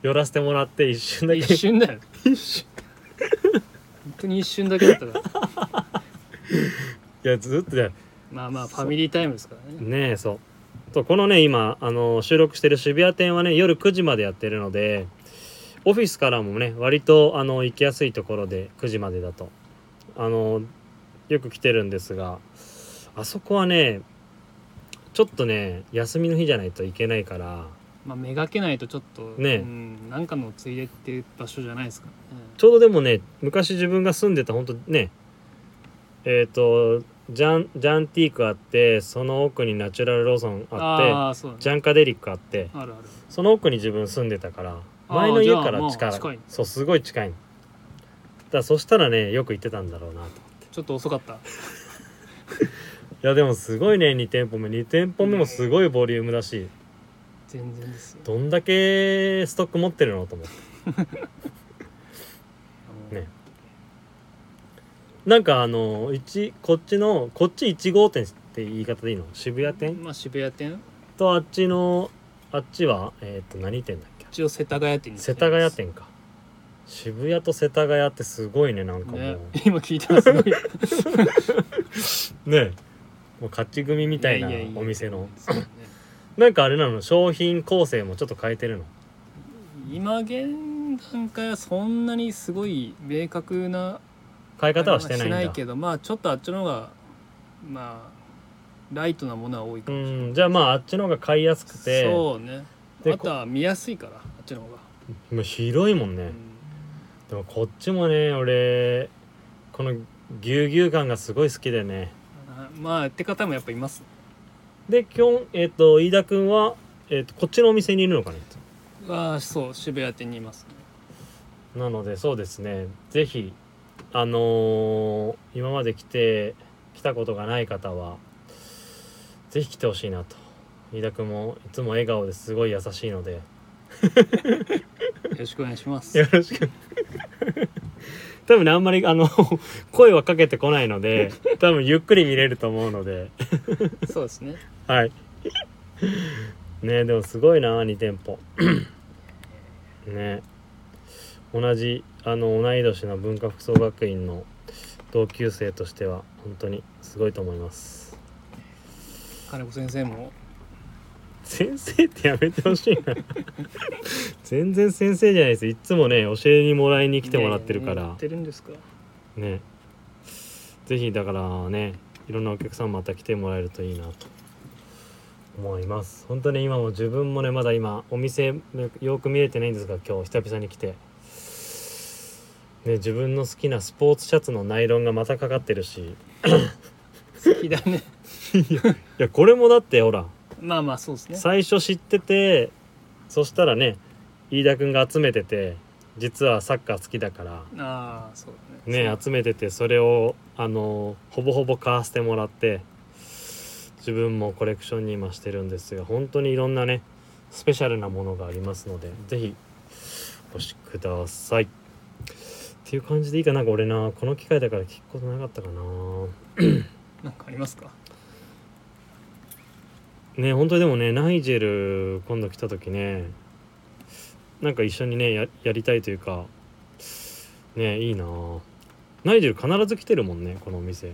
S1: 寄らせてもらって一瞬だけ
S2: 一瞬だよ一瞬本当に一瞬だけだったから
S1: いやずっとだよ
S2: まあまあファミリータイムですからね
S1: ねえそうそうこのね今あの収録してる渋谷店はね夜9時までやってるのでオフィスからもね割とあの行きやすいところで9時までだとあのよく来てるんですがあそこはねちょっとね休みの日じゃないといけないから
S2: まあめがけないとちょっと
S1: ね
S2: うん、なんかのついでっていう場所じゃないですからね
S1: ちょうどでもね昔自分が住んでたほんとねえっ、とジャンジャンティークあってその奥にナチュラルローソンあって
S2: ああそうだね
S1: ジャンカデリックあって
S2: あるある
S1: その奥に自分住んでたから
S2: あー
S1: 前の家か
S2: じゃあま
S1: ら
S2: あ
S1: 近い,、
S2: 近い
S1: そうすごい近いのだからそしたらねよく行ってたんだろうなと
S2: ちょっと遅かった
S1: いやでもすごいね2店舗目2店舗目もすごいボリュームだし
S2: 全然ですよ
S1: どんだけストック持ってるのと思って
S2: あの
S1: ねなんかあの一こっちのこっち1号店って言い方でいいの渋谷店
S2: まあ渋谷店
S1: とあっちのあっちはえっ、と何店だっけあ
S2: 一応世田谷店に
S1: 世田谷
S2: 店
S1: 店か渋谷と世田谷ってすごいねなんかもう
S2: ね
S1: ね、
S2: 今聞いたらすごい
S1: もう勝ち組 み
S2: み
S1: たいなお店のなんかあれなの商品構成もちょっと変えてるの
S2: 今現段階はそんなにすごい明確な
S1: 変え方はしてないんだ
S2: しけどまあちょっとあっちの方がまあライトなものは多いか
S1: う
S2: もしれない、
S1: んじゃあまああっちの方が買いやすくて
S2: そうね
S1: で
S2: あとは見やすいからあっちの方が、
S1: もう広いもんね、でもこっちもね俺このぎゅうぎゅう感がすごい好きでね
S2: うんまあって方もやっぱいます
S1: できょんえっ、と飯田君は、えっとこっちのお店にいるのかね
S2: ああそう渋谷店にいますね
S1: なのでそうですねぜひあのー今まで来て来たことがない方はぜひ来てほしいなと飯田君もいつも笑顔ですごい優しいので
S2: よろしくお願いします
S1: よろしく多分ねあんまりあの 声はかけてこないので多分ゆっくり見れると思うので
S2: そうですね
S1: はい。ねでもすごいな2店舗。 ね同じあの同い年の文化服装学院の同級生としては本当にすごいと思います。
S2: 金子先生も
S1: 先生ってやめてほしいな全然先生じゃないですいっつもね教えにもらいに来てもらってるか
S2: いやいや
S1: ら
S2: やってるんですか
S1: ねぜひだからねいろんなお客さんまた来てもらえるといいなと思います本当に今も自分もねまだ今お店よく見れてないんですが今日久々に来て、ね、自分の好きなスポーツシャツのナイロンがまたかかってるし
S2: 好きだね
S1: いやこれもだってほら
S2: まあまあそうですね
S1: 最初知っててそしたらね飯田君が集めてて実はサッカー好きだから
S2: ああそうだね
S1: ね集めててそれをあのほぼほぼ買わせてもらって自分もコレクションに今してるんですが本当にいろんなねスペシャルなものがありますのでぜひお越しくださいっていう感じでいいかななんか俺なこの機会だから聞くことなかったかな
S2: なんかありますか
S1: ね本当にでもねナイジェル今度来た時ねなんか一緒にねややりたいというかねいいなナイジェル必ず来てるもんねこのお店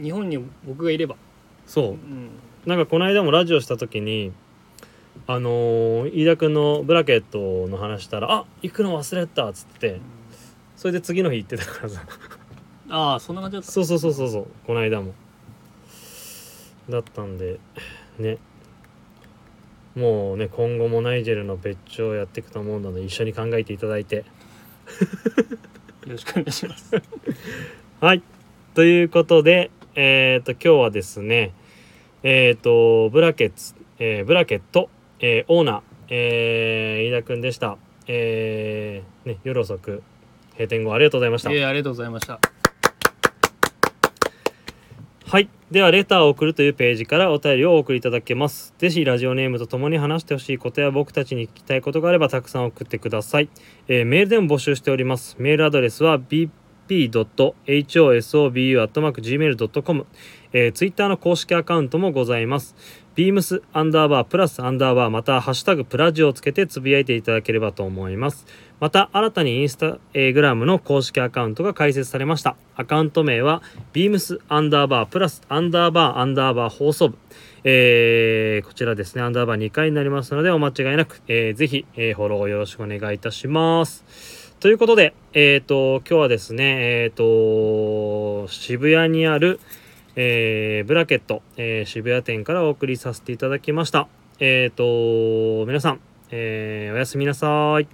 S2: 日本に僕がいれば
S1: そう
S2: うん
S1: なんかこの間もラジオした時にあのー飯田君のブラケットの話したら「あ行くの忘れた」っつってそれで次の日行ってたからさ
S2: ああそんな感じだった
S1: そうそうそうそうそうこの間もだったんでねもうね今後もナイジェルの別庁をやっていくと思うので一緒に考えていただいて
S2: よろしくお願いします
S1: はい。ということで、えっ、と、今日はですね、えっ、と、ブラケッツ、えーブラケット、えーオーナー、えー飯田くんでした。えーね、夜遅く、閉店後ありがとうございました
S2: い。やありがとうございました
S1: はい。では、レターを送るというページからお便りをお送りいただけます。ぜひ、ラジオネームとともに話してほしいことや僕たちに聞きたいことがあれば、たくさん送ってください。えーメールでも募集しております。メールアドレスは bp.hosobu.gmail.com、えー、ツイッターの公式アカウントもございます。beams アンダーバープラスアンダーバーまたはハッシュタグプラジオをつけてつぶやいていただければと思います。また新たにインスタえーグラムの公式アカウントが開設されました。アカウント名は beams アンダーバープラスアンダーバーアンダーバー放送部。えーこちらですね、アンダーバー2回になりますのでお間違いなく、えーぜひ、えーフォローよろしくお願いいたします。ということで、えっ、と、今日はですね、えっ、と、渋谷にある、えーブラケット、えー渋谷店からお送りさせていただきました。えっ、と、皆さん、えーおやすみなさい。